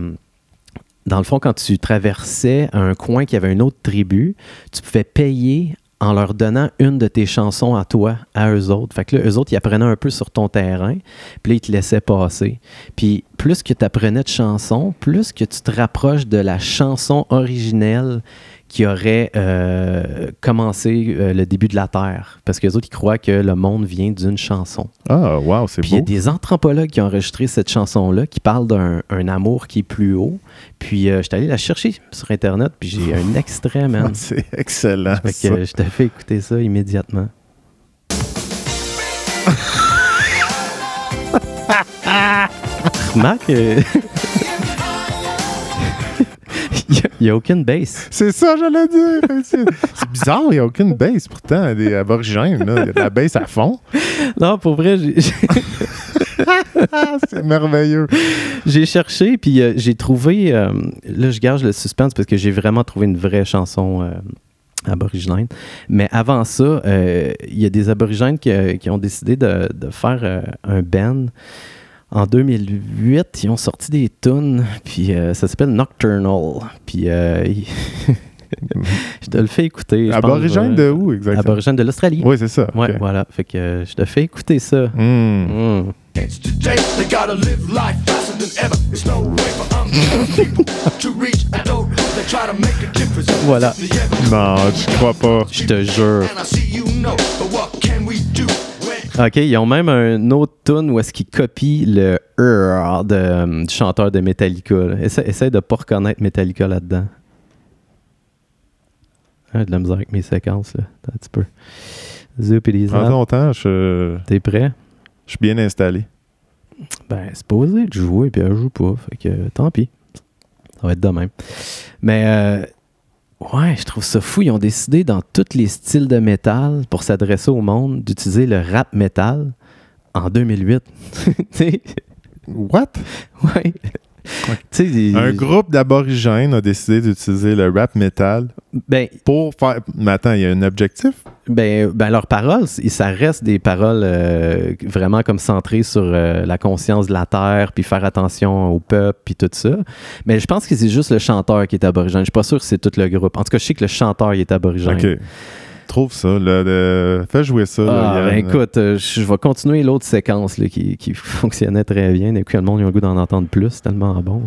A: dans le fond, quand tu traversais un coin qui avait une autre tribu, tu pouvais payer en leur donnant une de tes chansons à toi, à eux autres. Fait que là, eux autres, ils apprenaient un peu sur ton terrain, puis là, ils te laissaient passer. Puis plus que tu apprenais de chansons, plus que tu te rapproches de la chanson originelle qui aurait euh, commencé euh, le début de la Terre. Parce que les autres, ils croient que le monde vient d'une chanson.
B: Ah, wow, c'est
A: Puis il y a
B: beau.
A: des anthropologues qui ont enregistré cette chanson-là, qui parle d'un un amour qui est plus haut. Puis euh, je suis allé la chercher sur Internet, puis j'ai un extrait, man.
B: C'est excellent.
A: Fait que
B: ça.
A: euh, je te fais écouter ça immédiatement. Remarque, euh, il n'y a, aucune base.
B: C'est ça, j'allais dire. Ben, C'est c'est bizarre, il n'y a aucune base pourtant des aborigènes. Là. Il y a de la base à fond.
A: Non, pour vrai, j'ai- j'ai-
B: Ah, c'est merveilleux.
A: j'ai cherché, puis euh, j'ai trouvé. euh, là, je garde le suspense parce que j'ai vraiment trouvé une vraie chanson. euh, aborigène. Mais avant ça, euh, il y a des aborigènes qui, euh, qui ont décidé de, de faire euh, un band. En 2008, ils ont sorti des tunes, puis euh, ça s'appelle Nocturnal. Puis euh, ils- je te le fais écouter. je pense,
B: Aborigène
A: euh,
B: de où exactement?
A: Aborigène de l'Australie.
B: Oui, c'est ça.
A: Ouais,
B: ok.
A: voilà. Fait que euh, je te fais écouter ça.
B: Hmm.
A: Mm.
C: kids today. They gotta live life faster than ever. It's no way for unborn people to reach adulthood. They try to make a difference.
A: Voilà.
C: The average
B: Non, je crois pas.
A: Je te jure.
C: And I see you know, but what can we do when
A: OK, ils ont même un autre tune où est-ce qu'ils copient le R de, euh, du chanteur de Metallica. là. Essa- Essaye, de pas reconnaître Metallica là-dedans. Ah, de la misère avec mes séquences, là. Attends un petit peu. Zoopity
B: Prends ton temps, je,
A: T'es prêt?
B: je suis bien installé.
A: Ben, c'est posé de jouer, puis elle joue pas. Fait que euh, tant pis. Ça va être de même. Mais euh, ouais, je trouve ça fou. Ils ont décidé dans tous les styles de métal pour s'adresser au monde d'utiliser le rap métal en 2008. Tu sais,
B: What?
A: ouais. Tu sais, ils-
B: Un groupe d'aborigènes a décidé d'utiliser le rap metal
A: Ben,
B: pour faire. Mais attends, il y a un objectif?
A: ben, ben, leurs paroles, c- ça reste des paroles euh, vraiment comme centrées sur euh, la conscience de la terre, puis faire attention au peuple, puis tout ça. Mais je pense que c'est juste le chanteur qui est aborigène. Je suis pas sûr que c'est tout le groupe. En tout cas, je sais que le chanteur il est aborigène.
B: Ok. Trouve ça, là. de- Fais jouer ça. là,
A: Ah,
B: il y a
A: ben
B: une-
A: écoute, euh, je je vais continuer l'autre séquence là, qui, qui fonctionnait très bien. D'un coup, le monde a le goût d'en entendre plus. C'est tellement bon. là.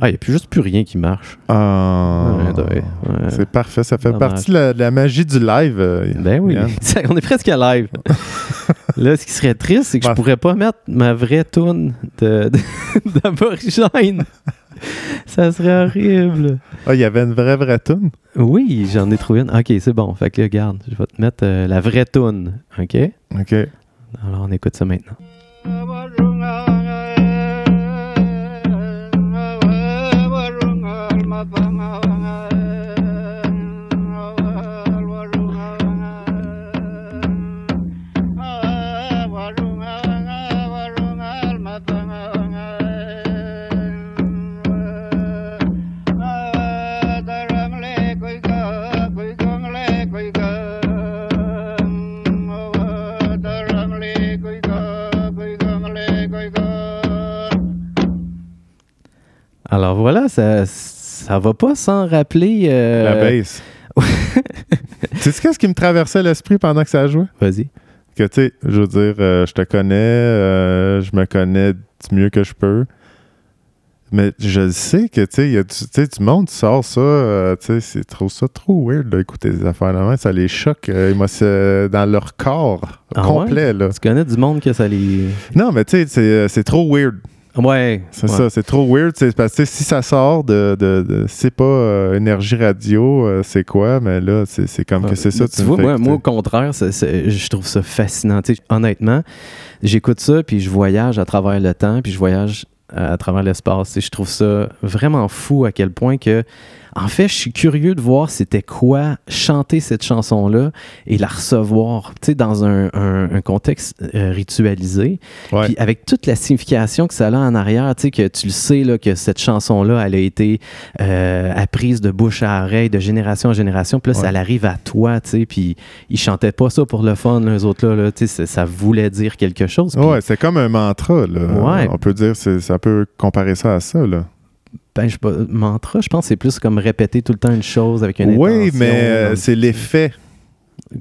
A: Ah, il n'y a plus, juste plus rien qui marche.
B: Ah.
A: Ouais, ben, ouais, ouais.
B: C'est parfait, ça fait
A: Dommage.
B: partie de la, de la magie du live. euh,
A: Ben oui,
B: Yann.
A: Ça, on est presque à live. Là, ce qui serait triste, c'est que je
B: Ouais.
A: pourrais pas mettre ma vraie toune de- de- d'aborigène. ça serait horrible.
B: Ah, il y avait une vraie vraie toune.
A: Oui, j'en ai trouvé une. Ok, c'est bon. Fait que là, regarde, je vais te mettre euh, la vraie toune. Ok?
B: OK.
A: Alors, on écoute ça maintenant. Alors voilà, ça, ça va pas sans rappeler. euh,
B: La bass. tu sais qu'est-ce qui me traversait l'esprit pendant que ça jouait?
A: Vas-y.
B: Que tu sais, je veux dire, euh, je te connais, euh, je me connais du mieux que je peux. Mais je le sais que tu sais, il y a du, tu sais, du monde qui sort ça, euh, tu sais, c'est trop ça trop weird d'écouter des affaires de même, ça les choque euh, émotion- dans leur corps
A: Ah
B: complet là.
A: Tu connais du monde que ça les.
B: Non, mais tu sais, c'est euh, c'est trop weird.
A: Ouais.
B: C'est
A: ouais.
B: ça, c'est trop weird. C'est parce que si ça sort de, de, de- c'est pas euh, énergie radio, euh, c'est quoi, mais là, c'est c'est comme que c'est ça.
A: tu
B: me
A: vois,
B: fais
A: moi, moi, au
B: écouter.
A: contraire, ça- ça- je trouve ça fascinant. Tu sais, honnêtement, j'écoute ça, puis je voyage à travers le temps, puis je voyage à, à travers l'espace. Tu sais, Je trouve ça vraiment fou à quel point que, en fait, je suis curieux de voir c'était quoi chanter cette chanson-là et la recevoir tu sais, dans un, un- un contexte euh, ritualisé.
B: Ouais.
A: Puis avec toute la signification que ça a en arrière, tu sais, que tu le sais, là, que cette chanson-là, elle a été euh, apprise de bouche à oreille, de génération en génération, puis là, ça
B: Ouais.
A: elle arrive à toi, tu sais, puis ils chantaient pas ça pour le fun, les autres-là, là, tu sais, ça- ça voulait dire quelque chose. puis,
B: Ouais, c'est comme un mantra, là.
A: Ouais.
B: On peut dire, c'est- ça peut comparer ça à ça, là.
A: Ben, je sais pas, mantra, je pense que c'est plus comme répéter tout le temps une chose avec une
B: Oui,
A: intention,
B: mais euh,
A: donc-
B: c'est l'effet.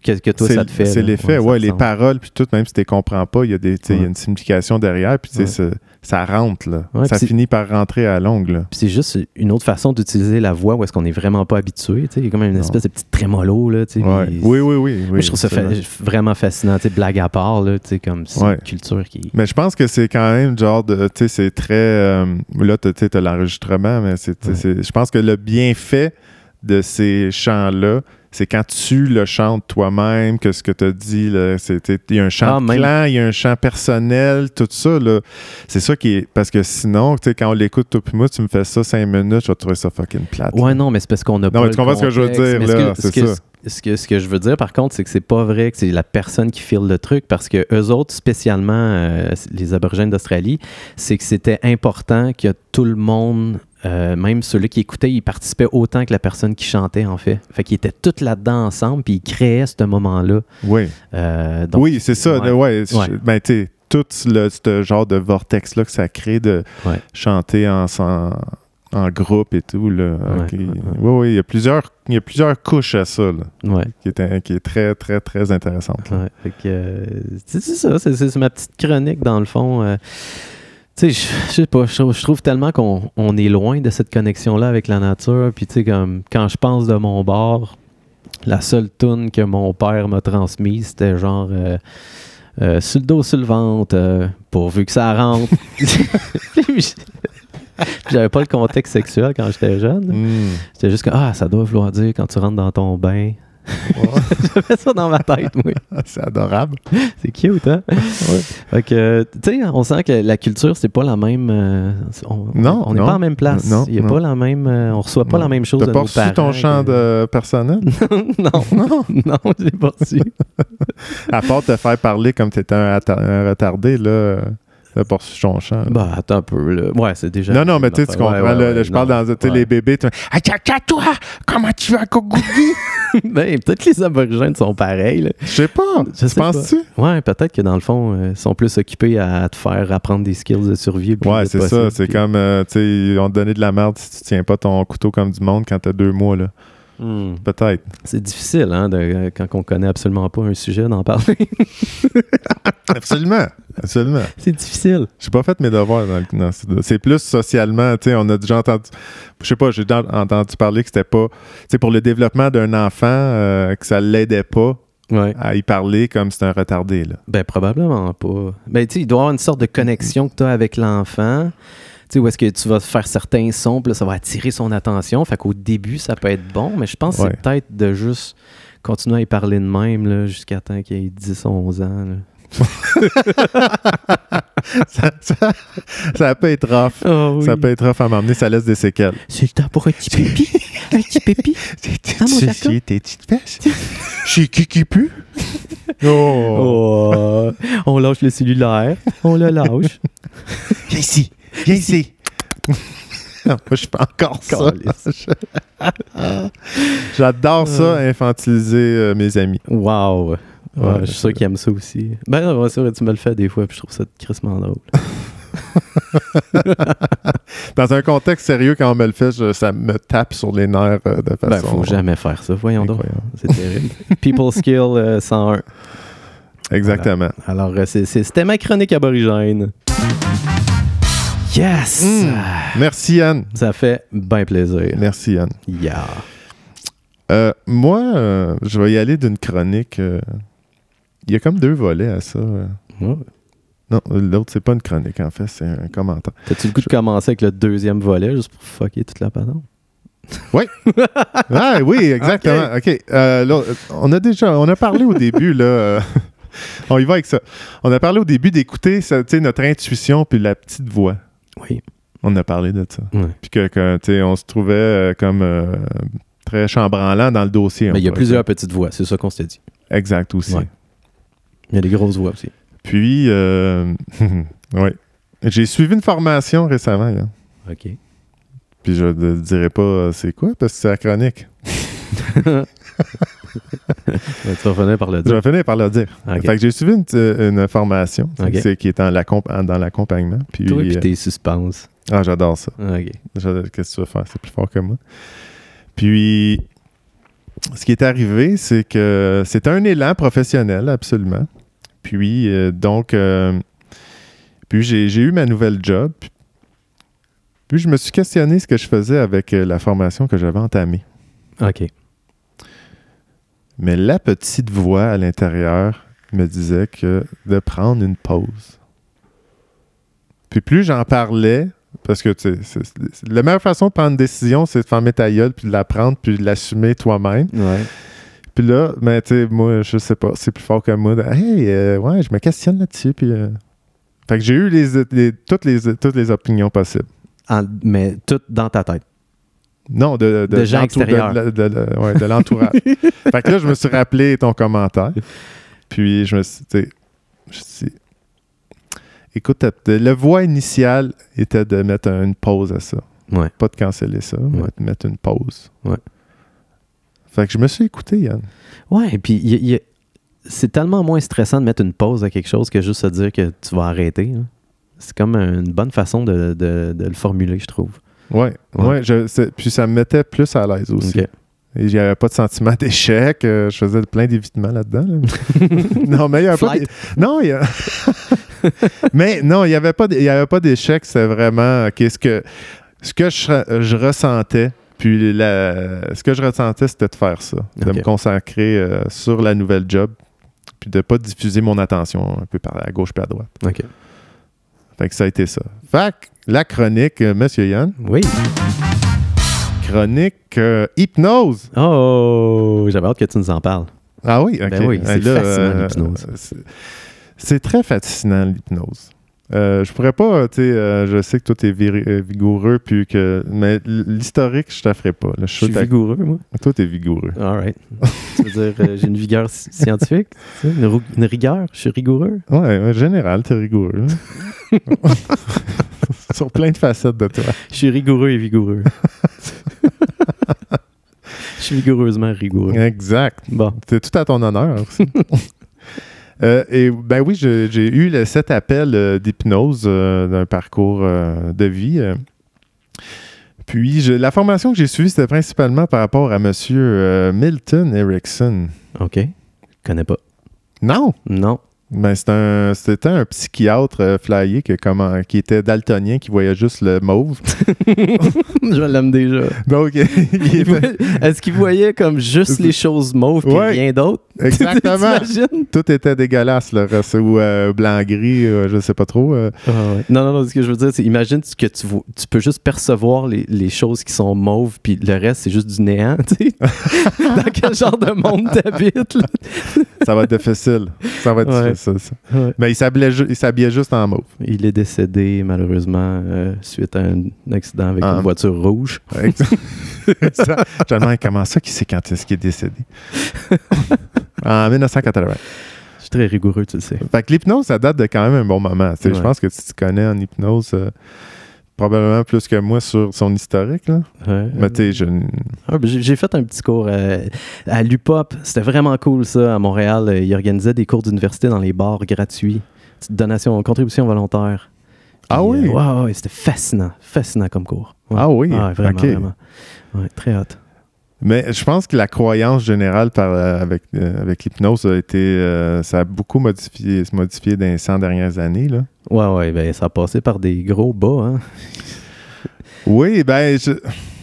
A: Qu'est-ce que toi,
B: C'est-
A: ça te fait?
B: C'est
A: là?
B: l'effet, ouais,
A: ça
B: les
A: ressemble.
B: paroles, puis tout, même si tu les comprends pas, il y, a des- tu sais, il y a
A: Ouais.
B: une signification derrière, puis tu sais, ça ça rentre, là.
A: Ouais,
B: ça
A: puis c'est-
B: finit par rentrer à l'ongle. là.
A: Puis c'est juste une autre façon d'utiliser la voix où est-ce qu'on n'est vraiment pas habitué. tu sais. Il y a comme une
B: Non.
A: espèce de petit trémolo. Là, tu sais,
B: Ouais.
A: puis-
B: Oui, oui, oui.
A: Moi,
B: oui,
A: je trouve ça fa-
B: absolument.
A: vraiment fascinant. tu sais, blague à part, là, tu sais, comme c'est
B: Ouais.
A: une culture qui.
B: Mais je pense que c'est quand même genre de. Tu sais, c'est très. euh, là, tu as l'enregistrement, mais c'est, tu sais,
A: Ouais.
B: c'est- je pense que le bienfait de ces chants-là, c'est quand tu le chantes toi-même, que ce que tu as dit, là, c'est- tu sais, il y a un chant
A: Ah,
B: de
A: même.
B: clan, il y a un chant personnel, tout ça. Là, c'est ça qui est. Parce que sinon, tu sais, quand on l'écoute, toi puis moi, tu me fais ça cinq minutes, je vais trouver ça fucking plate.
A: Ouais, non, mais c'est parce qu'on a pas.
B: mais
A: le
B: tu comprends ce que je veux
A: contexte.
B: dire,
A: Mais ce
B: là,
A: que- ce
B: c'est
A: que-
B: ça.
A: Ce que, ce que je veux dire, par contre, c'est que c'est pas vrai que c'est la personne qui file le truc parce que eux autres, spécialement euh, les Aborigènes d'Australie, c'est que c'était important que tout le monde, euh, même celui qui écoutait, il participait autant que la personne qui chantait, en fait. Fait qu'ils étaient tous là-dedans ensemble, puis ils créaient ce moment-là.
B: Oui.
A: Euh, donc,
B: oui, c'est ça.
A: ouais.
B: de- Ouais. je-
A: Ouais.
B: ben, tu sais, tout le, ce genre de vortex-là que ça crée de
A: Ouais.
B: chanter en, en, en groupe et tout. Là,
A: Ouais,
B: Ok.
A: ouais, ouais.
B: Oui, oui, il y, a plusieurs, il y a plusieurs couches à ça là,
A: Ouais.
B: qui, est, un- qui est très, très, très intéressante. là.
A: Ouais, fait que, euh, c'est c'est ça, c'est- c'est c'est ma petite chronique dans le fond. euh. tu sais, je- je sais pas, je trouve, je trouve tellement qu'on on est loin de cette connexion-là avec la nature. Puis tu sais, comme quand je pense de mon bord, la seule toune que mon père m'a transmise, c'était genre euh, euh, sur le dos, sur le ventre, euh, pourvu que ça rentre. Puis je- J'avais pas le contexte sexuel quand j'étais jeune.
B: Mm.
A: C'était juste que, ah, ça doit vouloir dire quand tu rentres dans ton bain.
B: Ouais,
A: J'avais ça dans ma tête, moi.
B: c'est adorable.
A: C'est cute, hein? Fait que, tu sais, on sent que la culture, c'est pas la même. euh, on,
B: Non,
A: On n'est
B: non.
A: pas en même place.
B: Non,
A: Il y a
B: non.
A: pas la même. euh, on reçoit pas
B: Non.
A: la même chose
B: T'as
A: de
B: pas
A: nos
B: reçu ton
A: parents
B: chant
A: que-
B: de personnel?
A: non,
B: non.
A: non, je l'ai pas reçu.
B: À part te faire parler comme t'étais un, atta- un retardé, là, euh, t'as pas reçu ton chant. là.
A: bah, attends un peu, là. Ouais, c'est déjà.
B: Non, non, mais tu sais, tu
A: Ouais,
B: comprends.
A: ouais,
B: là,
A: ouais,
B: là, je parle
A: non.
B: dans tu sais, les
A: Ouais.
B: bébés. Tu fais, Attends, toi, comment tu vas, Kogu?
A: Ben, peut-être que les aborigènes sont pareils, là.
B: Je sais pas.
A: Je
B: Tu
A: sais pas.
B: penses-tu?
A: Ouais, peut-être que dans le fond, euh, ils sont plus occupés à te faire apprendre des skills de survie. le plus
B: Ouais,
A: vite
B: c'est ça.
A: possible,
B: C'est
A: puis-
B: comme, euh, tu sais, ils ont donné de la merde si tu tiens pas ton couteau comme du monde quand t'as deux mois, là.
A: Hmm.
B: Peut-être.
A: C'est difficile, hein, de- quand on connaît absolument pas un sujet, d'en parler.
B: Absolument. Absolument.
A: c'est difficile.
B: J'ai pas fait mes devoirs dans le- dans ce- C'est plus socialement, tu sais, on a déjà entendu. Je sais pas, j'ai déjà entendu parler que c'était pas. Tu sais, pour le développement d'un enfant, euh, que ça l'aidait pas
A: Ouais.
B: à y parler comme c'est un retardé, là.
A: Ben, probablement pas. Ben, tu sais, il doit y avoir une sorte de connexion que tu as avec l'enfant. Tu sais, où est-ce que tu vas faire certains sons, puis là, ça va attirer son attention. Fait qu'au début, ça peut être bon, mais je pense
B: Ouais.
A: que c'est peut-être de juste continuer à y parler de même, là, jusqu'à temps qu'il ait 10, 11 ans. là.
B: ça, ça- ça peut être rough. Ça peut être rough à m'emmener, ça laisse des séquelles.
A: C'est le temps pour un petit pépi. un petit pépi. Ah, mon Jacob?
B: Chez tes petites fesses? Chez qui qui pue?
A: Oh,
B: Oh!
A: on lâche le cellulaire. On le lâche.
B: Viens ici! Viens ici! Non, Moi, je fais encore ça.
A: Calisse.
B: J'adore ça, infantiliser euh, mes amis.
A: Wow. Ouais,
B: Ouais,
A: je suis sûr
B: c'est-
A: qu'il aime ça aussi. Ben, non, ouais, c'est vrai, tu me le fais des fois, puis je trouve ça crissement drôle.
B: Dans un contexte sérieux, quand on me le fait, je- ça me tape sur les nerfs euh, de façon.
A: Ben, faut jamais faire ça. Voyons donc.
B: Incroyable.
A: C'est terrible. People Skill euh, 101.
B: Exactement.
A: Alors, euh, c'est- c'est- c'était ma chronique aborigène. Yes!
B: Hmm. Merci, Anne.
A: Ça fait bien plaisir.
B: Merci, Anne.
A: Yeah.
B: Euh, moi, euh, je vais y aller d'une chronique. euh, Il y a comme deux volets à ça. euh.
A: Ouais.
B: Non, l'autre, c'est pas une chronique, en fait, c'est un commentaire.
A: T'as-tu le goût de commencer avec le deuxième volet juste pour fucker toute la patente?
B: Ah oui, exactement. OK. Euh, l'autre, on a déjà on a parlé au début, là. euh, on y va avec ça. On a parlé au début d'écouter ça, tu sais, notre intuition puis la petite voix.
A: Oui.
B: On a parlé de ça.
A: Ouais.
B: Puis que, que, tu sais, on se trouvait euh, comme euh, très chambranlant dans le dossier.
A: Mais Ben, il y a
B: on
A: plusieurs
B: pourrait
A: petites voix, c'est ça qu'on s'était dit.
B: dire. Exact aussi.
A: Ouais. Il y a des grosses voix aussi.
B: Puis, euh, ouais. J'ai suivi une formation récemment, là.
A: OK.
B: Puis je ne dirai pas euh, c'est quoi, parce que c'est la chronique.
A: tu vas revenir par le
B: Je
A: dire.
B: vais finir par le dire.
A: Ok.
B: Fait que j'ai suivi une, euh, une formation
A: Ok.
B: c'est- qui est en l'accomp- en- dans l'accompagnement. Puis,
A: Toi et
B: euh,
A: tes suspens.
B: ah, j'adore ça.
A: OK.
B: J'adore- Qu'est-ce que tu veux faire? C'est plus fort que moi. Puis, ce qui est arrivé, c'est que c'est un élan professionnel, absolument. Puis, euh, donc, euh, puis j'ai j'ai eu ma nouvelle job. Puis, je me suis questionné ce que je faisais avec euh, la formation que j'avais entamée.
A: OK.
B: Mais la petite voix à l'intérieur me disait que de prendre une pause. Puis plus j'en parlais, parce que tu sais, c'est- c'est- la meilleure façon de prendre une décision, c'est de fermer ta gueule, puis de la prendre, puis de l'assumer toi-même.
A: Ouais.
B: Puis là, ben, tu sais, moi, je sais pas, c'est plus fort que moi. de, hey, euh, ouais, je me questionne là-dessus. Puis, euh. Fait que j'ai eu les, les- toutes, les, toutes les opinions possibles.
A: En- mais tout dans ta tête.
B: Non, de,
A: De gens
B: l'entour-
A: extérieurs.
B: De, de- de- ouais, de l'entourage. fait que là, je me suis rappelé ton commentaire. Puis je me suis tu sais, je me suis dit, écoute, ta- ta- la voie initiale était de mettre une pause à ça.
A: Ouais.
B: Pas de canceller ça, mais
A: Ouais.
B: de mettre une pause.
A: Ouais.
B: Fait que je me suis écouté, Yann.
A: Ouais, et puis il y a- il y a- c'est tellement moins stressant de mettre une pause à quelque chose que juste se dire que tu vas arrêter. là. C'est comme une bonne façon de, de- de le formuler, je trouve.
B: Ouais,
A: Ouais.
B: ouais. je, c'est- puis ça me mettait plus à l'aise aussi.
A: Ok.
B: Et j'avais pas de sentiment d'échec. euh, je faisais plein d'évitements là-dedans. là. non, mais il y avait
A: Flight.
B: pas. d'é- Non, il y a- mais non, il y avait pas. d'é- Il y avait pas d'échec. C'est vraiment ok, ce que ce que je, je ressentais. Puis la- ce que je ressentais, c'était de faire ça, de
A: Ok.
B: me consacrer euh, sur la nouvelle job, puis de pas diffuser mon attention un peu par à gauche puis à droite.
A: OK.
B: Fait que ça a été ça. Fait que la chronique, euh, Monsieur Yann,
A: Oui.
B: chronique euh, hypnose.
A: Oh, j'avais hâte que tu nous en parles.
B: Ah oui, ok.
A: Ben oui, c'est
B: Hey, là,
A: fascinant,
B: euh,
A: l'hypnose.
B: c'est- C'est très fascinant l'hypnose. Euh, je pourrais pas, tu sais, euh, je sais que toi t'es viri- euh, vigoureux, puis que, mais l- l'historique, je te ferai pas. là. Je
A: Je
B: suis
A: suis
B: sûr que
A: vigoureux, moi.
B: t'as- toi t'es vigoureux.
A: All right. tu veux dire, euh, j'ai une vigueur sci- scientifique, tu sais, une, rou- une rigueur, je suis rigoureux.
B: Ouais, en général, t'es rigoureux. là. Sur plein de facettes de toi.
A: Je suis rigoureux et vigoureux. Je suis vigoureusement rigoureux.
B: Exact.
A: Bon,
B: C'est tout à ton honneur aussi. Euh, et ben oui, je- j'ai eu le- cet appel euh, d'hypnose euh, d'un parcours euh, de vie. euh. Puis je- la formation que j'ai suivie, c'était principalement par rapport à Monsieur euh, Milton Erickson.
A: OK. Je connais pas.
B: Non!
A: Non.
B: Ben, c'est un- c'était un, psychiatre euh, flyé que comment- qui était daltonien, qui voyait juste le mauve.
A: Je l'aime déjà.
B: Donc, il
A: Il
B: était-
A: voit- Est-ce qu'il voyait comme juste les choses mauves et
B: Ouais.
A: rien d'autre?
B: exactement.
A: T'imagines?
B: Tout était dégueulasse, le ou euh, blanc-gris, euh, je sais pas trop. euh.
A: Ah, Non, non, non, ce que je veux dire, c'est imagine que tu, vois- tu peux juste percevoir les, les choses qui sont mauves, puis le reste, c'est juste du néant, tu sais. Dans quel genre de monde t'habites, là?
B: Ça va être difficile. Ça va être
A: Ouais.
B: difficile, ça. Mais Ben, il s'habillait, ju- il s'habillait juste en mauve.
A: Il est décédé, malheureusement, euh, suite à un accident avec
B: Ah.
A: une voiture rouge.
B: Ça, Je me demande comment ça qu'il sait quand est-ce qu'il est décédé. en 1980.
A: Je suis très rigoureux, tu le sais.
B: Fait que l'hypnose, ça date de quand même un bon moment. Tu sais, Je
A: Ouais.
B: pense que tu te connais en hypnose euh, probablement plus que moi sur son historique. Là.
A: Ouais.
B: Mais tu sais, je...
A: Ah, ben, J'ai j'ai fait un petit cours euh, à l'UPOP. C'était vraiment cool, ça, à Montréal. Euh, Ils organisaient des cours d'université dans les bars gratuits. Petite donation, contribution volontaire.
B: Ah
A: Puis,
B: oui?
A: euh, ouais, ouais, c'était fascinant. Fascinant comme cours. Ouais.
B: Ah oui?
A: Ouais, vraiment,
B: Ok.
A: vraiment. Ouais, très hot.
B: Mais je pense que la croyance générale par, euh, avec, euh, avec l'hypnose a été... euh, ça a beaucoup modifié, se modifié dans les 100 dernières années. Là.
A: Ouais, ouais, ben, ça a passé par des gros bas. Hein.
B: Oui, ben... je-
A: Tu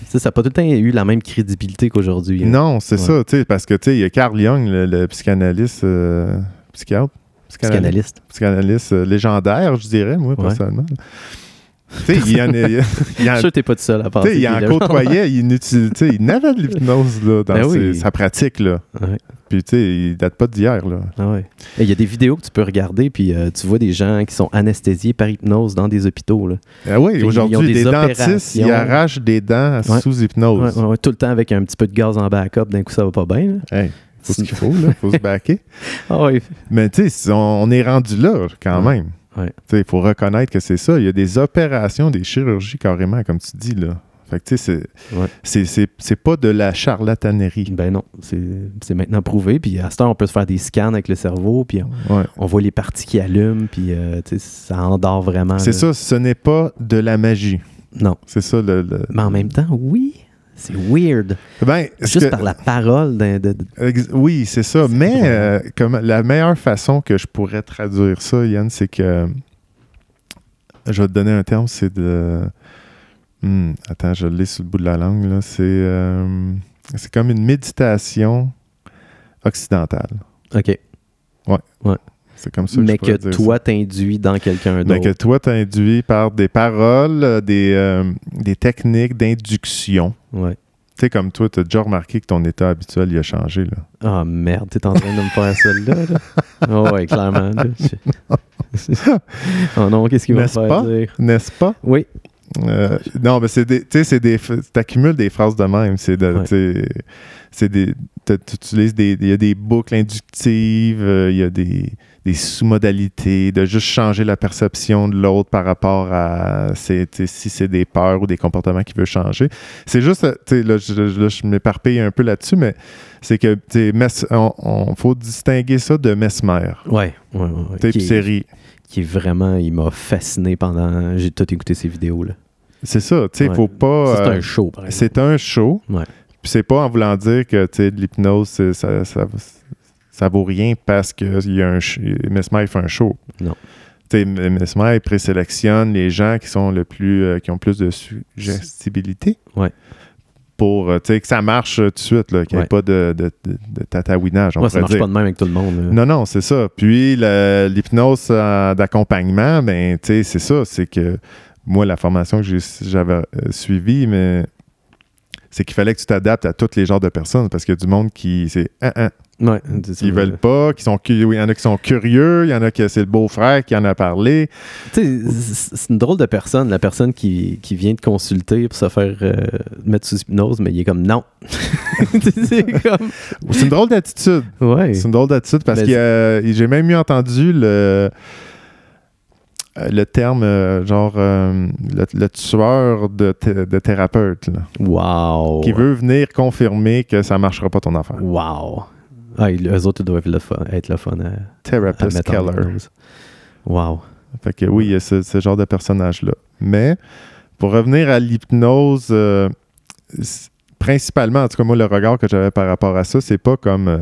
A: sais, ça n'a pas tout le temps eu la même crédibilité qu'aujourd'hui. hein.
B: Non, c'est
A: Ouais.
B: ça, tu sais, parce que tu sais, il y a Carl Jung, le, le psychanalyste, euh, psychiatre, psychanalyste,
A: Psychanalyste.
B: psychanalyste, euh, légendaire, je dirais, moi,
A: Ouais.
B: personnellement. tu sais, il y en a- il y a- il y
A: Je suis
B: en-
A: sûr que t'es pas tout seul à
B: Ah, tu
A: penser.
B: sais, il en
A: qu'il est-
B: côtoyait, il, n'utilisait- tu sais, il n'avait de l'hypnose là, dans
A: Ben oui.
B: ses- sa pratique. Là.
A: Ouais.
B: Puis, tu sais, il date pas d'hier. Là.
A: Ah ouais. Et Il y a des vidéos que tu peux regarder, puis euh, tu vois des gens qui sont anesthésiés par hypnose dans des hôpitaux. Là.
B: Ah oui,
A: Puis, ils ont
B: aujourd'hui,
A: des
B: des, dentistes,
A: opérations.
B: ils arrachent des dents
A: Ouais.
B: sous hypnose.
A: Ouais, ouais, ouais, tout le temps avec un petit peu de gaz en backup, d'un coup ça va pas bien. là.
B: Hey, faut ce qu'il faut, là, faut se baquer.
A: Ah ouais.
B: Mais tu sais, si on, on est rendu là quand
A: Ouais.
B: même.
A: Ouais.
B: Tu sais, Il faut reconnaître que c'est ça. Il y a des opérations, des chirurgies carrément, comme tu dis. Là. Fait que tu sais, c'est-
A: Ouais.
B: c'est- c'est c'est pas de la charlatanerie.
A: Ben non, c'est c'est maintenant prouvé. Puis à ce temps, on peut se faire des scans avec le cerveau, puis on,
B: Ouais.
A: on voit les parties qui allument, puis euh, tu sais, ça endort vraiment.
B: C'est
A: là.
B: ça, ce n'est pas de la magie.
A: Non.
B: C'est ça le. le-
A: Mais en même temps, oui. C'est weird.
B: Ben, ce
A: Juste
B: que-
A: par la parole. d'un- de- de-
B: Ex- Oui, c'est ça. Mais euh, comme la meilleure façon que je pourrais traduire ça, Yann, c'est que je vais te donner un terme, c'est de. Hmm, attends, je l'ai sur le bout de la langue. là. C'est euh, c'est comme une méditation occidentale.
A: OK.
B: C'est comme ça que
A: Mais
B: je pourrais
A: que
B: dire ça.
A: toi t'induis dans quelqu'un
B: Mais que
A: d'autre.
B: toi, t'induis par des paroles, euh, des, euh, des techniques d'induction.
A: Ouais.
B: Tu sais, comme toi, tu as déjà remarqué que ton état habituel il a changé. Là.
A: Ah merde, t'es en train de me faire celle-là. là? Oh, ouais, clairement. là. Je- oh non, qu'est-ce qu'il va me
B: N'est-ce
A: faire
B: pas?
A: dire?
B: N'est-ce pas?
A: Oui,
B: Euh, non, mais c'est des. Tu sais, c'est des. T'accumules des phrases de même. C'est de.
A: Ouais.
B: t'sais, C'est des. t'as- Tu utilises des. Il y a des boucles inductives, euh, il y a des, des sous-modalités, de juste changer la perception de l'autre par rapport à c'est- t'sais, si c'est des peurs ou des comportements qu'il veut changer. C'est juste, euh, t'sais, là, je, je- là, je m'éparpille un peu là-dessus, mais c'est que, t'sais, Mess- on, on- faut distinguer ça de mesmer.
A: ouais, ouais, ouais, ouais.
B: T'sais,
A: Qui
B: puis
A: est-
B: série.
A: qui est vraiment, il m'a fasciné pendant. J'ai tout écouté ces vidéos-là.
B: C'est ça, tu sais,
A: Ouais.
B: faut pas.
A: C'est
B: euh,
A: un show, par exemple.
B: C'est un show.
A: Ouais.
B: Puis c'est pas en voulant dire que tu sais, de l'hypnose, c'est- ça, ça, ça vaut rien parce que il y a un ch- Mesmer fait un show.
A: Non.
B: Tu sais, M- Mesmer présélectionne les gens qui sont le plus euh, qui ont plus de suggestibilité.
A: Ouais.
B: Pour euh, tu sais, que ça marche euh, tout de suite, là, qu'il n'y ait
A: Ouais.
B: pas de, de- de- de tatouinage, on
A: Ouais, ça
B: pourrait
A: marche
B: dire.
A: pas de même avec tout le monde. là.
B: Non, non, c'est ça. Puis la- l'hypnose euh, d'accompagnement, ben, tu sais, c'est ça. C'est que moi, la formation que j'ai- j'avais euh, suivie, mais c'est qu'il fallait que tu t'adaptes à tous les genres de personnes parce qu'il y a du monde qui c'est Hein, hein.
A: Ouais, c'est ça.
B: Ils veulent pas, qui sont curieux. Il y en a qui sont curieux, il y en a qui c'est le beau-frère qui en a parlé.
A: Tu sais, c'est c'est une drôle de personne, la personne qui, qui vient te consulter pour se faire euh, mettre sous hypnose, mais il est comme non. Tu sais, c'est comme.
B: C'est une drôle d'attitude.
A: Ouais.
B: C'est une drôle d'attitude parce
A: Mais
B: que euh, j'ai même eu entendu le, euh, le terme euh, genre euh, le, le tueur de, thé- de thérapeute. là.
A: Wow.
B: qui veut venir confirmer que ça marchera pas ton affaire.
A: Wow. Ah, ils- eux autres, ils doivent le fun- être le fun à, à
B: Therapist
A: mettre en
B: Keller.
A: hypnose. Wow.
B: Fait que oui, il y a ce, ce genre de personnage-là. Mais pour revenir à l'hypnose, euh, s- principalement, en tout cas, moi, le regard que j'avais par rapport à ça, c'est pas comme. euh,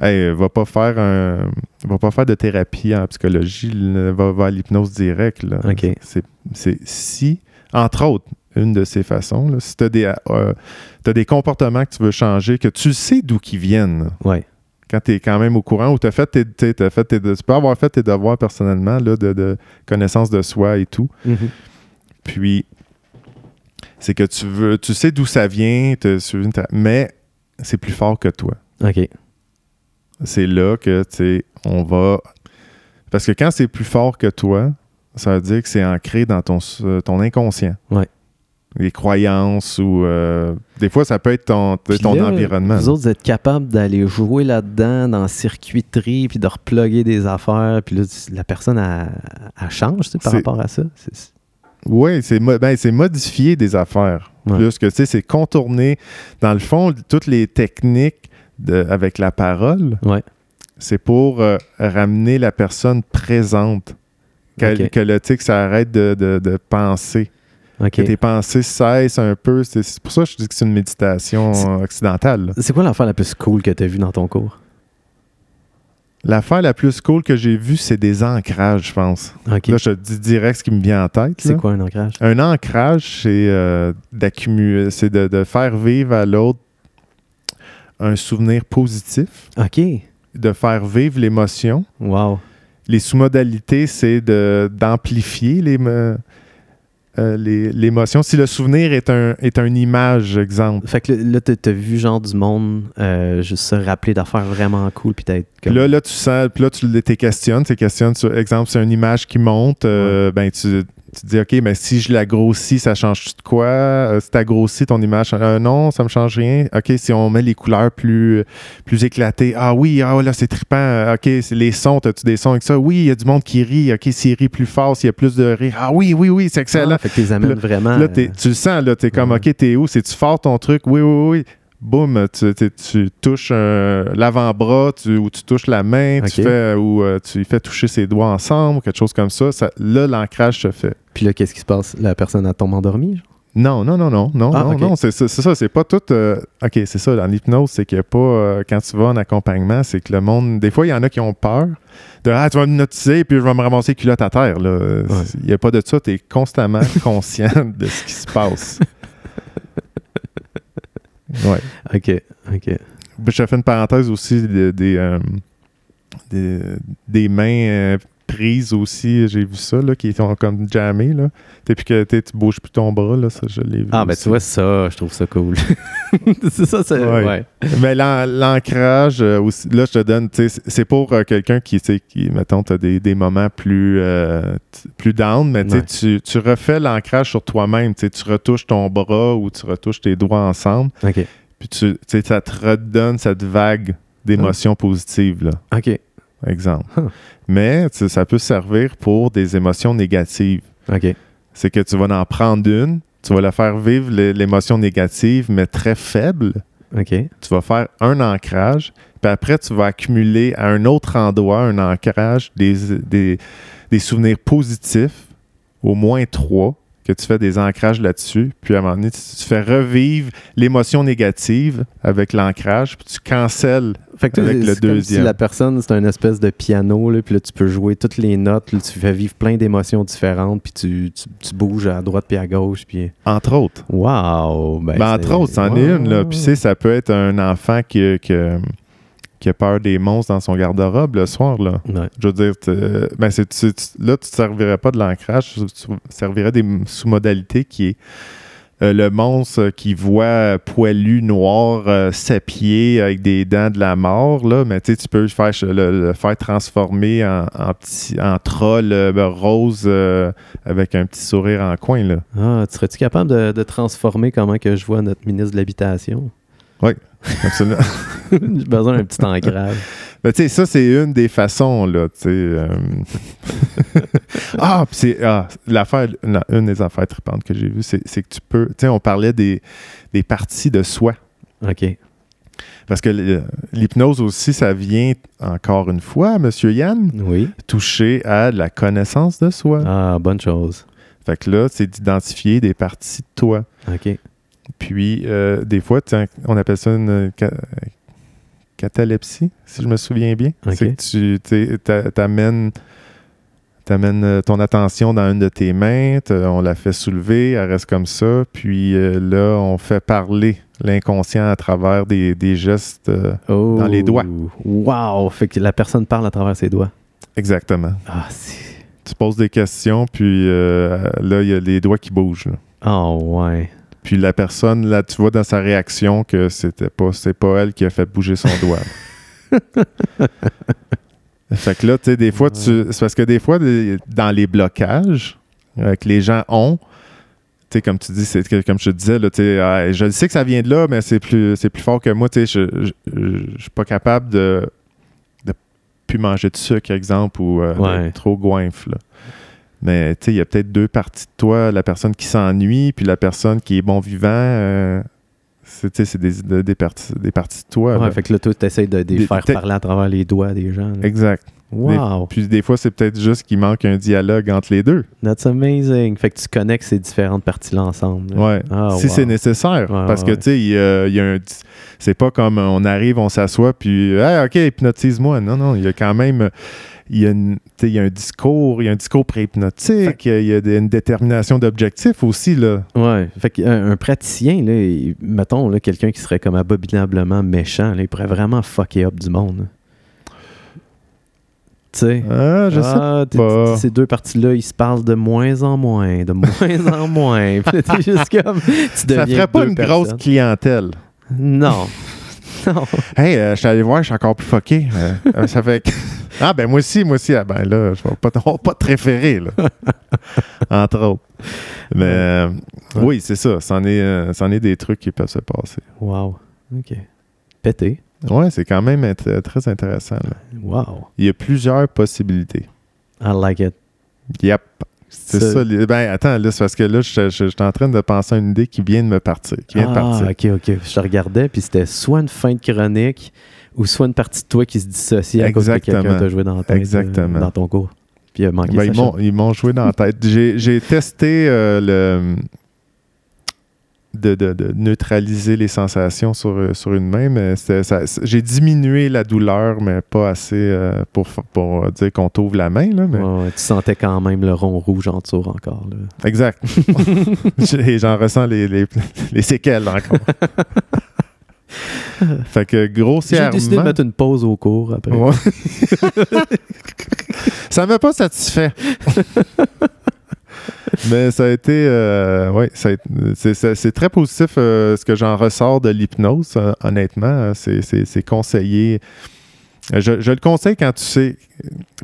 B: Hey, va pas faire un. Va pas faire de thérapie en psychologie, là, va, va à l'hypnose directe. là.
A: OK.
B: C'est- C'est si, entre autres, une de ces façons, là, si tu as, des comportements que tu veux changer, que tu sais d'où qu'ils viennent,
A: Ouais.
B: quand tu es quand même au courant ou tu as fait tes, t'sais, t'as fait tes de- tu peux avoir fait tes devoirs personnellement là, de, de connaissance de soi et tout. Puis c'est que tu veux tu sais d'où ça vient, t'as suivi une tra- mais c'est plus fort que toi.
A: OK.
B: C'est là que tu sais, on va parce que quand c'est plus fort que toi, ça veut dire que c'est ancré dans ton s- euh, ton inconscient.
A: Ouais.
B: Les croyances ou euh, des fois ça peut être ton,
A: Puis
B: ton
A: là,
B: environnement.
A: Vous autres, vous êtes capables d'aller jouer là-dedans, dans la circuiterie, puis de reploguer des affaires. Puis là, tu- la personne, elle, elle change tu sais, par
B: C'est-
A: rapport à ça. C'est-
B: Oui, c'est mo- ben, c'est modifier des affaires.
A: Ouais.
B: Plus que, tu sais, c'est contourner. Dans le fond, toutes les techniques de- avec la parole,
A: Ouais.
B: c'est pour euh, ramener la personne présente. Qu'elle-
A: Ok.
B: Que le tic, ça arrête de, de- de penser.
A: OK.
B: Que tes pensées cessent un peu. C'est c'est pour ça que je dis que c'est une méditation
A: C'est-
B: euh, occidentale. là.
A: C'est quoi l'affaire la plus cool que tu as vue dans ton cours?
B: L'affaire la plus cool que j'ai vue, c'est des ancrages, je pense.
A: OK.
B: Là, je te dis direct ce qui me vient en tête. là.
A: C'est quoi un ancrage?
B: Un ancrage, c'est euh, d'accumuler, c'est de, de faire vivre à l'autre un souvenir positif,
A: OK.
B: de faire vivre l'émotion.
A: Wow.
B: Les sous-modalités, c'est de- d'amplifier les me- euh, les- l'émotion. si le souvenir est un, est une image, exemple.
A: Fait que là- là, t'as t'as vu genre du monde euh, juste se rappeler d'affaires vraiment cool, puis t'as été
B: Puis
A: comme...
B: Là, là, tu sens, puis là, tu les- tes questionnes, tes questionnes sur, exemple, c'est une image qui monte, euh, ben, tu, tu te dis, OK, mais si je la grossis, ça change de quoi? Euh, si tu grossi ton image, euh, non, ça me change rien. OK, si on met les couleurs plus, plus éclatées, ah oui, ah là, c'est trippant. Euh, OK, c'est les sons, as-tu des sons avec ça? Oui, il y a du monde qui rit. OK, s'il rit plus fort, s'il y a plus de rire, ah oui, oui, oui, c'est
A: Ah,
B: excellent.
A: fait que t'es amènes
B: Là-
A: vraiment... euh,
B: Là, t'es- tu le sens, là, t'es comme,
A: Ouais.
B: OK, t'es où? C'est-tu fort ton truc? Oui, oui, oui. Boum, tu, tu- tu touches euh, l'avant-bras tu- ou tu touches la main, tu
A: Ok.
B: fais, ou euh, tu lui fais toucher ses doigts ensemble, quelque chose comme ça. Ça- là, l'ancrage se fait.
A: euh, Puis là, qu'est-ce qui se passe? La personne, elle tombe endormie? genre?
B: Non, non, non, non, non,
A: Ah,
B: non,
A: ok.
B: non, c'est c'est- c'est ça, c'est pas tout. euh, ok, c'est ça, dans l'hypnose, c'est qu'il n'y a pas. euh, quand tu vas en accompagnement, c'est que le monde. Des fois, il y en a qui ont peur de Ah, tu vas me notiser, puis je vais me ramasser culotte à terre. là. Il n'y a pas de ça, tu es constamment conscient de ce qui se passe. ouais.
A: OK, OK.
B: Je fais une parenthèse aussi de- des, euh, des, des mains euh, prises aussi. J'ai vu ça, là, qui sont comme jammées. Là. Depuis que t'es- tu bouges plus ton bras, là, ça, je l'ai vu.
A: Ah, ben
B: aussi.
A: tu vois, ça, je trouve ça cool. c'est ça, c'est...
B: Ouais.
A: ouais.
B: Mais l'an- l'ancrage, euh, aussi, là, je te donne, tu sais, c'est- c'est pour euh, quelqu'un qui, tu sais, qui, mettons, tu as des, des moments plus, euh, t- plus down, mais tu sais,
A: Ouais.
B: tu, tu refais l'ancrage sur toi-même. Tu sais, tu retouches ton bras ou tu retouches tes doigts ensemble,
A: OK.
B: puis tu, tu sais, ça te redonne cette vague d'émotions positives, là,
A: OK.
B: par exemple.
A: Huh.
B: Mais tu sais, ça peut servir pour des émotions négatives
A: OK.
B: c'est que tu vas en prendre une, tu vas la faire vivre l'é- l'émotion négative, mais très faible.
A: OK.
B: Tu vas faire un ancrage, puis après, tu vas accumuler à un autre endroit un ancrage des, des, des souvenirs positifs, au moins trois, que tu fais des ancrages là-dessus. Puis à un moment donné, tu, tu fais revivre l'émotion négative avec l'ancrage, puis tu cancelles.
A: Fait que toi,
B: Avec
A: c'est-
B: le
A: c'est comme
B: deuxième.
A: si la personne, c'est un espèce de piano, là, puis là, tu peux jouer toutes les notes, là, tu fais vivre plein d'émotions différentes, puis tu, tu, tu bouges à droite puis à gauche, puis...
B: Entre autres.
A: Wow! Ben,
B: Ben, entre
A: c'est-
B: autres, c'en est
A: Ouais.
B: une. Là. Puis, tu sais, ça peut être un enfant qui, a- qui a- qui a peur des monstres dans son garde-robe le soir. Là.
A: Ouais.
B: Je veux dire, t'es- ben, c'est- tu- tu- là, tu ne servirais pas de l'ancrage, tu, tu servirais des m- sous-modalités qui est euh, le monstre qui voit euh, poilu, noir, euh, pieds avec des dents de la mort. Là. Mais tu sais, tu peux le faire, ch- le, le faire transformer en, en petit, en troll euh, ben, rose euh, avec un petit sourire en coin. Là.
A: Ah, tu serais-tu capable de, de transformer comment que je vois notre ministre de l'Habitation?
B: Absolument.
A: J'ai besoin d'un petit ancrage.
B: Ben, tu sais, ça, c'est une des façons, là, tu sais. euh. ah, puis c'est... Ah, l'affaire... non, une des affaires tripantes que j'ai vues, c'est c'est que tu peux... Tu sais, on parlait des, des parties de soi.
A: OK.
B: Parce que euh, l'hypnose aussi, ça vient, encore une fois, Monsieur Yann,
A: Oui.
B: toucher à la connaissance de soi.
A: Ah, bonne chose.
B: Fait que là, c'est d'identifier des parties de toi.
A: OK.
B: Puis, euh, des fois, tu sais, on appelle ça une euh, ca- euh, catalepsie, si je me souviens bien.
A: Ok.
B: C'est que tu- tu t'a- t'amènes t'amènes, euh, ton attention dans une de tes mains, te- on la fait soulever, elle reste comme ça, puis euh, là, on fait parler l'inconscient à travers des, des gestes. euh,
A: Oh.
B: les doigts.
A: Wow! Fait que la personne parle à travers ses doigts.
B: exactement.
A: Ah, c'est...
B: Tu poses des questions, puis euh, là, il y a les doigts qui bougent. là.
A: Oh, ouais.
B: Puis la personne, là, tu vois dans sa réaction que c'était pas, c'est pas elle qui a fait bouger son doigt. fait que là, tu sais, des fois, tu, c'est parce que des fois, des- dans les blocages euh, que les gens ont, tu sais, comme tu dis, c'est que- comme je te disais, là, tu sais, Ah, je le sais que ça vient de là, mais c'est plus, c'est plus fort que moi, tu sais, je, je, je suis pas capable de, de plus manger de sucre, exemple, ou euh,
A: Ouais.
B: de trop goinfre, là. Mais tu sais, il y a peut-être deux parties de toi, la personne qui s'ennuie, puis la personne qui est bon vivant. euh, c'est tu sais, c'est des, des, des parties, des parties de toi. là.
A: Ouais, fait que là, toi, t'essayes de, de
B: Des-
A: faire
B: t'es-
A: parler à travers les doigts des gens. là.
B: Exact.
A: Wow!
B: Puis des fois, c'est peut-être juste qu'il manque un dialogue entre les deux.
A: That's amazing! Fait que tu connectes ces différentes parties-là ensemble. là.
B: Ouais.
A: Ah,
B: si
A: wow.
B: c'est nécessaire.
A: Ouais,
B: parce
A: ouais,
B: que,
A: ouais.
B: tu sais, il y a- il y a un. C'est pas comme on arrive, on s'assoit, puis. Hey, OK, hypnotise-moi. Non, non, il y a quand même. Il y, a une- tu sais, il y a un discours, il y a un discours pré-hypnotique, il y a des- une détermination d'objectif aussi, là.
A: Ouais, fait qu'un un praticien, là, il- mettons, là, quelqu'un qui serait comme abominablement méchant, là, il pourrait vraiment fucker up du monde. là. Tu sais?
B: Ah, je sais
A: Ah, t'es-
B: pas.
A: t'es- Ces deux parties-là, ils se parlent de moins en moins, de moins en moins. Puis là, t'es juste comme. Tu
B: Ça
A: deviens
B: ferait pas
A: deux
B: une
A: personnes.
B: grosse clientèle.
A: Non. non.
B: Hey, euh, je suis allé voir, je suis encore plus fucké. Euh, euh, ça fait que- Ah, ben moi aussi, moi aussi. Ah, ben là, je vais pas, on va pas te référer, là. Entre autres. Mais euh, oui, c'est ça. C'en est, euh, c'en est des trucs qui peuvent se passer.
A: Wow. OK. Pété.
B: Ouais, c'est quand même int- euh, très intéressant. là.
A: Wow.
B: Il y a plusieurs possibilités.
A: I like it.
B: Yep. C'est ça. les- Ben attends, là, c'est parce que là, je je- je suis en train de penser à une idée qui vient de me partir. Qui vient de partir.
A: Ah, ok, ok. Je te regardais, puis c'était soit une fin de chronique ou soit une partie de toi qui se dissocie à cause que
B: Exactement.
A: quelqu'un t'a joué dans, la tête,
B: Exactement.
A: euh, dans ton cours. Puis il a manqué
B: Ben,
A: sa
B: ils m'ont- ils m'ont joué dans la tête. J'ai j'ai testé euh, le, de, de- de neutraliser les sensations sur, euh, sur une main, mais c'était- ça- c'est- j'ai diminué la douleur, mais pas assez euh, pour, f- pour euh, dire qu'on t'ouvre la main. Là, mais-
A: Ouais, ouais, tu sentais quand même le rond rouge en dessous encore. là.
B: Exact. J'ai- J'en ressens les, les- les séquelles encore. fait que
A: J'ai
B: grossièrement...
A: décidé de mettre une pause au cours après.
B: Ouais. ça m'a pas satisfait. Mais ça a été, euh, ouais, ça a été- c'est- c'est c'est très positif euh, ce que j'en ressors de l'hypnose, euh, honnêtement. hein. C'est- C'est c'est conseillé. Euh, Je, je le conseille quand tu sais.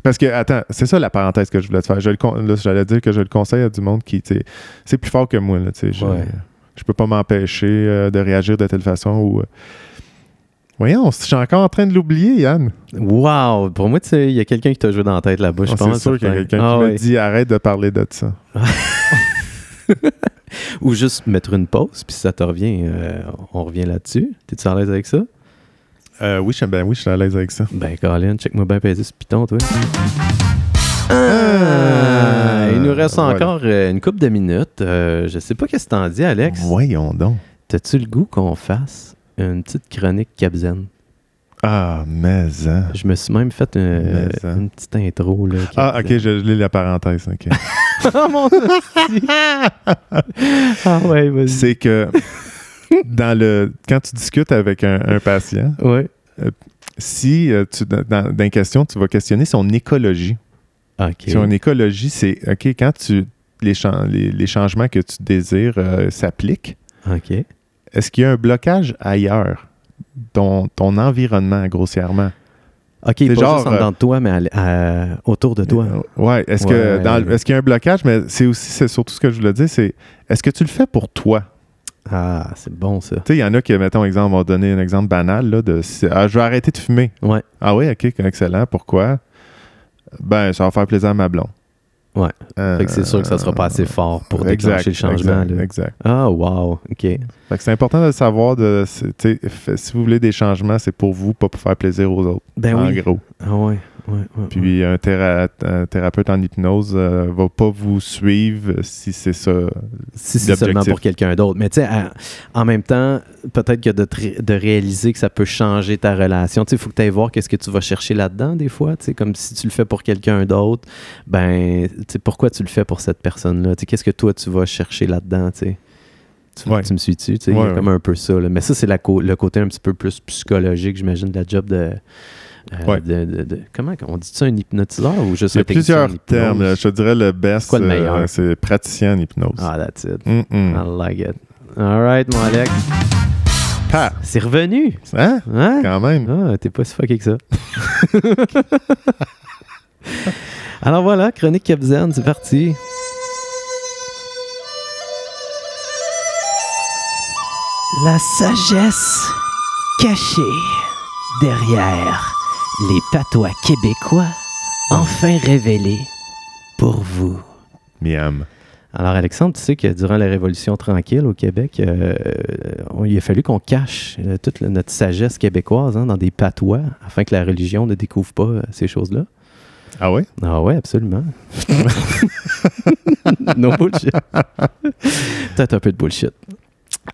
B: Parce que, attends, c'est ça la parenthèse que je voulais te faire. Je le con- là, J'allais dire que je le conseille à du monde qui, tu sais, c'est plus fort que moi. Là, tu sais, je,
A: Ouais.
B: je peux pas m'empêcher euh, de réagir de telle façon. Ou, euh, Voyons, je suis encore en train de l'oublier, Yann.
A: Wow! Pour moi, tu sais, il y a quelqu'un qui t'a joué dans la tête là-bas. Je suis
B: Ah,
A: pas
B: c'est
A: mal
B: sûr qu'il y a
A: certain.
B: quelqu'un
A: Ah
B: qui me
A: ouais.
B: dit arrête de parler de ça.
A: Ou juste mettre une pause, puis si ça te revient, euh, on revient là-dessus. T'es-tu à l'aise avec ça?
B: Euh, oui, je, ben oui, je suis à l'aise avec ça.
A: Ben, Colin, check-moi bien peser ce piton, toi.
B: Ah,
A: il nous reste
B: voilà.
A: encore euh, une couple de minutes. Euh, je sais pas qu'est-ce que t'en dis, Alex.
B: Voyons donc.
A: T'as-tu le goût qu'on fasse une petite chronique Cabzen?
B: Ah, mais hein.
A: Je me suis même fait une,
B: Mais, hein.
A: une petite intro. Là,
B: Ah, ok,
A: Cabzen.
B: je lis la parenthèse. ok.
A: Ah, mon Dieu. Ah ouais, vas-y.
B: C'est que dans le quand tu discutes avec un, un patient,
A: Ouais.
B: si euh, tu dans, dans- dans une question, tu vas questionner son écologie.
A: Ok.
B: Sur une écologie, c'est ok quand tu les, chan- les, les changements que tu désires euh, s'appliquent.
A: Ok.
B: Est-ce qu'il y a un blocage ailleurs, ton ton environnement grossièrement?
A: Ok, pas
B: genre,
A: juste en dedans de toi, mais à l- à- autour de toi.
B: Euh, Ouais. Est-ce
A: Ouais.
B: que dans le- est-ce qu'il y a un blocage, mais c'est aussi c'est surtout ce que je voulais dire, c'est est-ce que tu le fais pour toi
A: Ah, c'est bon ça.
B: Tu sais, il y en a qui, mettons exemple, vont donner un exemple banal là, de si- ah, je vais arrêter de fumer.
A: Ouais.
B: Ah oui, ok, excellent. Pourquoi Ben, ça va faire plaisir à ma blonde.
A: Ouais.
B: Euh,
A: Fait que c'est sûr que ça sera pas assez fort pour déclencher le changement.
B: Exact.
A: là.
B: exact.
A: Ah, wow. OK.
B: Fait que c'est important de le savoir de c'est- tu sais, fait- si vous voulez des changements, c'est pour vous, pas pour faire plaisir aux autres.
A: Ben
B: en
A: oui.
B: gros.
A: Ah, ouais. ouais, ouais, ouais.
B: Puis un, théra- un thérapeute en hypnose euh, va pas vous suivre si c'est ça
A: si c'est seulement
B: l'objectif.
A: pour quelqu'un d'autre. Mais tu sais, à- en même temps, peut-être que de, te ré- de réaliser que ça peut changer ta relation. Tu sais, il faut que tu ailles voir qu'est-ce que tu vas chercher là-dedans, des fois. Tu sais, comme si tu le fais pour quelqu'un d'autre, ben, tu sais, pourquoi tu le fais pour cette personne-là? Tu sais, qu'est-ce que toi, tu vas chercher là-dedans, tu sais? Tu,
B: Ouais.
A: tu me suis-tu? Tu sais, il y a
B: Ouais, ouais.
A: comme un peu ça. là. Mais ça, c'est la co- le côté un petit peu plus psychologique, j'imagine, de la job de... euh,
B: Ouais.
A: de- de- de- comment on dit ça, un hypnotiseur ou juste
B: Il y
A: un
B: a
A: technicien en
B: plusieurs
A: hypnose?
B: termes. là. Je te dirais le best.
A: C'est quoi le meilleur?
B: euh, c'est praticien en hypnose. Mm,
A: Ah, that's it.
B: Mm-mm.
A: I like it. All right, mon Alex.
B: Pa!
A: C'est revenu.
B: Hein?
A: Hein?
B: Quand même.
A: Ah, t'es pas si fucké que ça. Alors voilà, chronique Kebzen, c'est parti. La sagesse cachée derrière les patois québécois, enfin révélés pour vous.
B: Miam.
A: Alors, Alexandre, tu sais que durant la Révolution tranquille au Québec, euh, on- il a fallu qu'on cache euh, toute le- notre sagesse québécoise hein, dans des patois afin que la religion ne découvre pas euh, ces choses-là.
B: Ah ouais?
A: Ah ouais, absolument. non bullshit. Peut-être un peu de bullshit.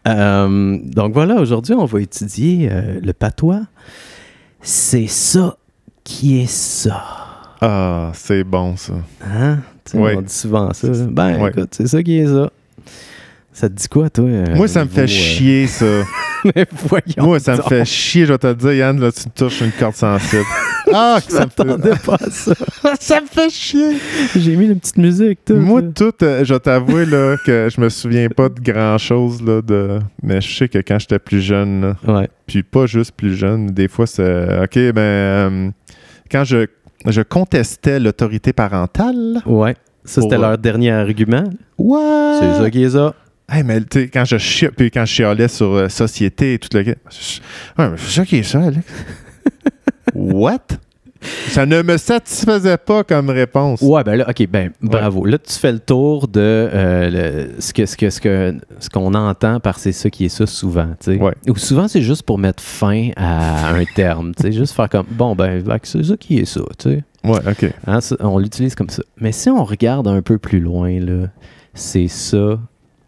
A: Euh, donc voilà, aujourd'hui, on va étudier euh, le patois. C'est ça qui est ça.
B: Ah, c'est bon ça.
A: Hein? Tu sais,
B: Ouais.
A: On dit souvent ça. là. Ben,
B: Ouais.
A: écoute, c'est ça qui est ça. Ça te dit quoi, toi? euh,
B: Moi, ça me
A: niveau,
B: fait
A: euh,
B: chier ça.
A: Mais voyons.
B: Moi, ça me
A: donc,
B: fait chier. Je vais te le dire, Yann, là, tu me touches une corde sensible. ah, que
A: Je
B: ça me fait.
A: m'attendais pas à ça.
B: ça me fait chier.
A: euh, J'ai mis une petite musique, toi.
B: Moi,
A: ça.
B: tout, euh, je vais t'avouer là, que je me souviens pas de grand chose. Là, de... Mais je sais que quand j'étais plus jeune, là,
A: Ouais.
B: puis pas juste plus jeune. Des fois, c'est OK, ben, euh, quand je, je contestais l'autorité parentale,
A: Ouais. Ça, c'était
B: Pour, euh,
A: leur dernier argument.
B: ouais,
A: C'est ça qui est ça.
B: Hey, mais tu sais, quand je chi- puis quand je chialais sur euh, société et tout le. je- Ouais, mais c'est ça qui est ça, Alex. What? Ça ne me satisfaisait pas comme réponse.
A: Ouais, ben là, OK, ben bravo. Là, tu fais le tour de euh, le- ce qu'on ce que, ce que, ce qu'on entend par c'est ça qui est ça souvent, tu sais.
B: Ouais.
A: Ou souvent, c'est juste pour mettre fin à un terme, tu sais. Juste faire comme, bon, ben, fait que c'est ça qui est ça, tu sais.
B: Ouais, OK.
A: Hein, ça, on l'utilise comme ça. Mais si on regarde un peu plus loin, là, c'est ça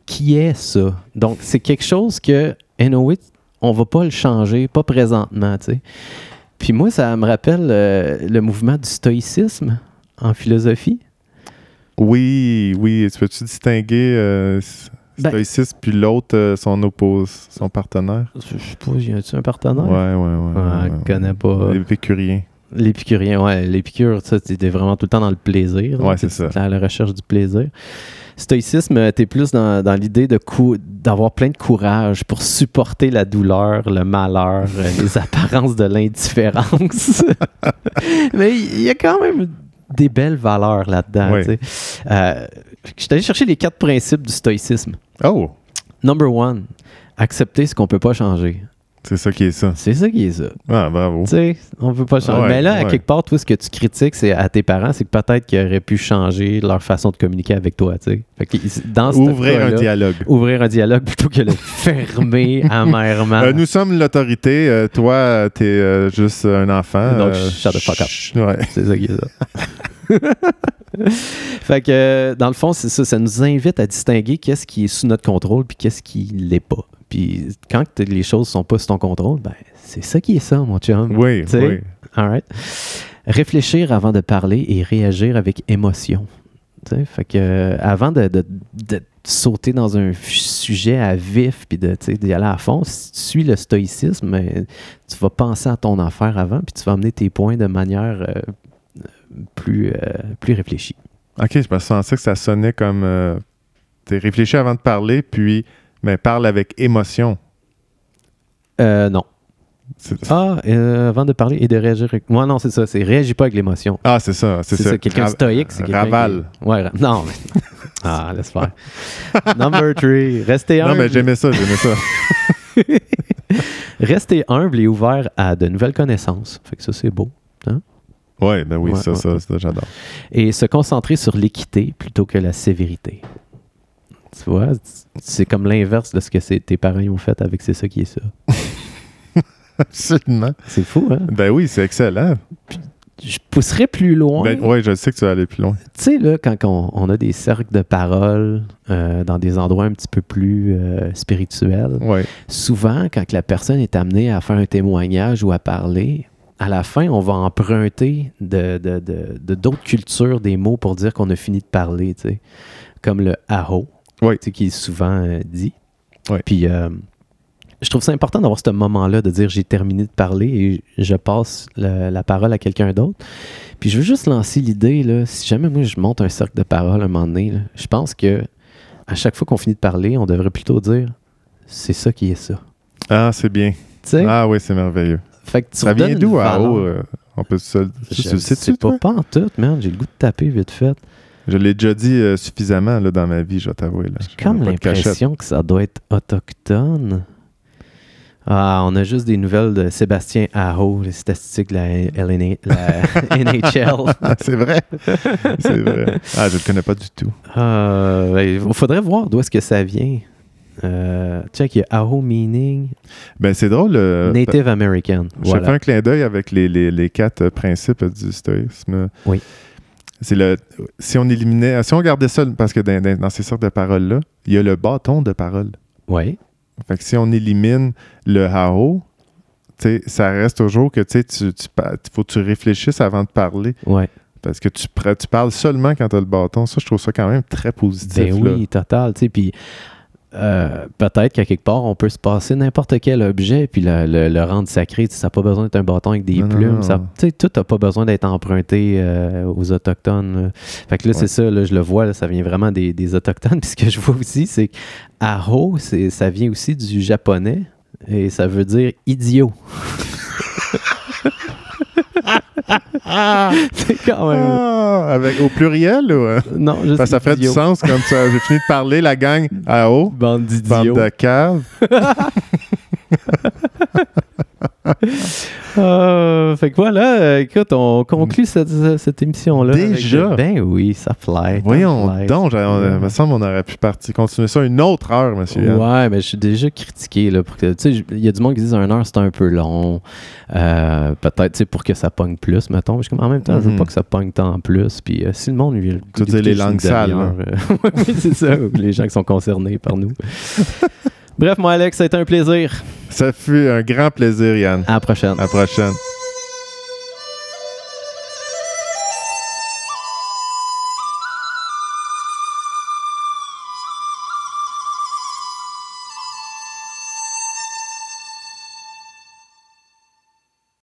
A: qui est ça. Donc, c'est quelque chose que, anyway, on va pas le changer, pas présentement, tu sais. Puis moi, ça me rappelle euh, le mouvement du stoïcisme en philosophie.
B: Oui, oui. Tu peux-tu distinguer euh,
A: Ben-
B: stoïcisme puis l'autre, euh, son oppose, son partenaire?
A: Je sais pas, y a-tu un partenaire?
B: Ouais, ouais, ouais.
A: Ah,
B: ouais,
A: je
B: ouais.
A: connais pas.
B: L'épicurien.
A: L'épicurien, ouais. L'épicure, tu étais vraiment tout le temps dans le plaisir.
B: Ouais,
A: T'es-
B: c'est ça.
A: t'es À la recherche du plaisir. Stoïcisme, euh, t'es plus dans, dans l'idée de cou- d'avoir plein de courage pour supporter la douleur, le malheur, euh, les apparences de l'indifférence. Mais il y a quand même des belles valeurs là-dedans.
B: Oui.
A: tu sais. Euh, je suis allé chercher les quatre principes du stoïcisme.
B: Oh!
A: Number one, accepter ce qu'on peut pas changer.
B: C'est ça qui est ça.
A: C'est ça qui est ça.
B: Ah, bravo.
A: Tu sais, on peut pas changer.
B: Ouais,
A: mais là, à
B: ouais.
A: quelque part, toi, ce que tu critiques c'est à tes parents, c'est que peut-être qu'ils auraient pu changer leur façon de communiquer avec toi. tu sais. Fait que, dans ce
B: Ouvrir un
A: cas-là,
B: dialogue.
A: Ouvrir un dialogue plutôt que le fermer amèrement.
B: Euh, nous sommes l'autorité. euh, toi, euh, t'es euh, juste euh, un enfant.
A: Donc,
B: euh,
A: shut the fuck up.
B: ch- Ouais.
A: C'est ça qui est ça. fait que, euh, dans le fond, c'est ça. Ça nous invite à distinguer qu'est-ce qui est sous notre contrôle puis qu'est-ce qui l'est pas. Puis quand t- les choses sont pas sous ton contrôle, ben, c'est ça qui est ça, mon chum.
B: Oui,
A: Tu sais,
B: oui.
A: All right. Réfléchir avant de parler et réagir avec émotion. Tu sais, fait que, euh, avant de, de- de sauter dans un f- sujet à vif puis de, tu sais, d'y aller à fond, si tu suis le stoïcisme, euh, tu vas penser à ton affaire avant puis tu vas amener tes points de manière euh, euh, plus, euh, plus réfléchie.
B: OK, je me pensais que ça sonnait comme. euh, t'es réfléchi avant de parler, puis. Mais parle avec émotion.
A: Euh, non.
B: C'est-
A: Ah, euh, avant de parler et de réagir. avec- Moi, non, c'est ça. C'est réagis pas avec l'émotion.
B: Ah, c'est ça. C'est
A: C'est
B: ça.
A: ça, quelqu'un de
B: Ra-
A: stoïque, c'est quelqu'un
B: Raval.
A: qui- Ouais, ra- non. mais- Ah, laisse faire. Number three, restez
B: Non,
A: humble.
B: mais j'aimais ça, j'aimais ça.
A: Restez humble et ouvert à de nouvelles connaissances. Fait que ça, c'est beau.
B: Ouais, ben oui,
A: Ouais,
B: ça,
A: ouais,
B: ça, ça, j'adore.
A: Et se concentrer sur l'équité plutôt que la sévérité. Tu vois, c'est comme l'inverse de ce que c'est- tes parents ont fait avec c'est ça qui est ça.
B: Absolument.
A: C'est fou, hein?
B: Ben oui, c'est excellent.
A: Je pousserais plus loin.
B: Ben, ouais, je sais que tu vas aller plus loin.
A: Tu sais, là, quand on, on a des cercles de parole euh, dans des endroits un petit peu plus euh, spirituels,
B: Ouais.
A: souvent, quand la personne est amenée à faire un témoignage ou à parler, à la fin, on va emprunter de de- de- de- d'autres cultures des mots pour dire qu'on a fini de parler, tu sais. comme le aho,
B: Oui.
A: tu sais, qui est souvent euh, dit.
B: Oui.
A: Puis, euh, je trouve ça important d'avoir ce moment-là de dire j'ai terminé de parler et je passe le- la parole à quelqu'un d'autre. Puis, je veux juste lancer l'idée, là, si jamais moi je monte un cercle de parole un moment donné, là, je pense que à chaque fois qu'on finit de parler, on devrait plutôt dire c'est ça qui est ça.
B: Ah, c'est bien.
A: Tu sais?
B: Ah oui, c'est merveilleux.
A: fait que tu
B: Ça vient
A: redonnes
B: d'où,
A: une
B: à
A: valeur.
B: haut? euh, On peut se le.
A: Je
B: Tu le sais-tu,
A: sais pas,
B: toi?
A: pas en tout, man. J'ai le goût de taper vite fait.
B: Je l'ai déjà dit euh, suffisamment là, dans ma vie, je vais t'avouer. là.
A: J'ai
B: Je
A: comme
B: mets pas de cachette.
A: l'impression que ça doit être autochtone. Ah, on a juste des nouvelles de Sébastien Aho, les statistiques de la, LNA la NHL.
B: Ah, c'est vrai. c'est vrai. Ah, je le connais pas du tout.
A: Ah, ben, Il faudrait voir d'où est-ce que ça vient. Euh, check, il y a Aho meaning
B: Ben, c'est drôle. euh,
A: Native American.
B: Je fais
A: Voilà.
B: un clin d'œil avec les, les- les quatre euh, principes euh, du stoïsme.
A: Oui.
B: C'est le. Si on éliminait. Si on gardait ça, parce que dans, dans- dans ces sortes de paroles-là, il y a le bâton de parole.
A: Ouais.
B: Fait que si on élimine le hao, tu sais, ça reste toujours que tu sais, tu, tu pa- faut que tu réfléchisses avant de parler.
A: Ouais.
B: Parce que tu, pr- tu parles seulement quand tu as le bâton. Ça, je trouve ça quand même très positif.
A: Ben
B: là.
A: oui, total. Tu sais, puis euh, peut-être qu'à quelque part, on peut se passer n'importe quel objet puis le, le- le rendre sacré. Tu sais, ça n'a pas besoin d'être un bâton avec des
B: Non, non,
A: plumes.
B: non.
A: ça- tu sais, tout n'a pas besoin d'être emprunté euh, aux Autochtones. là. Fait que là,
B: Ouais.
A: c'est ça, là, je le vois, là, ça vient vraiment des, des Autochtones. Puis ce que je vois aussi, c'est que Aho, c'est- ça vient aussi du japonais et ça veut dire idiot. c'est quand même.
B: Ah, avec, au pluriel ou, euh,
A: Non, juste
B: parce que ça ferait du
A: idiot.
B: sens comme ça. J'ai fini de parler, la gang hao,
A: Bande
B: bande
A: d'idiots.
B: de cave.
A: Euh, fait que voilà, euh, écoute, on conclut cette, cette émission-là. avec-
B: Déjà?
A: ben oui, ça fly. ça
B: Voyons
A: fly.
B: donc, j'ai- on- il me semble qu'on aurait pu partir, continuer ça une autre heure, monsieur. Yann.
A: Ouais, mais je suis déjà critiqué. Là, pour que, tu sais, je- il y a du monde qui disent un heure, c'est un peu long. Euh, Peut-être tu sais, pour que ça pogne plus, mettons. Mais je suis comme, en même temps, je veux
B: Mhm.
A: pas que ça pogne tant plus. Puis euh, si le monde lui.
B: Tu veux dire les langues sales, là.
A: euh, oui, c'est ça. ou les gens qui sont concernés par nous. Bref, moi, Alex, ça a été un plaisir.
B: Ça fut un grand plaisir, Yann.
A: À la prochaine.
B: À la prochaine.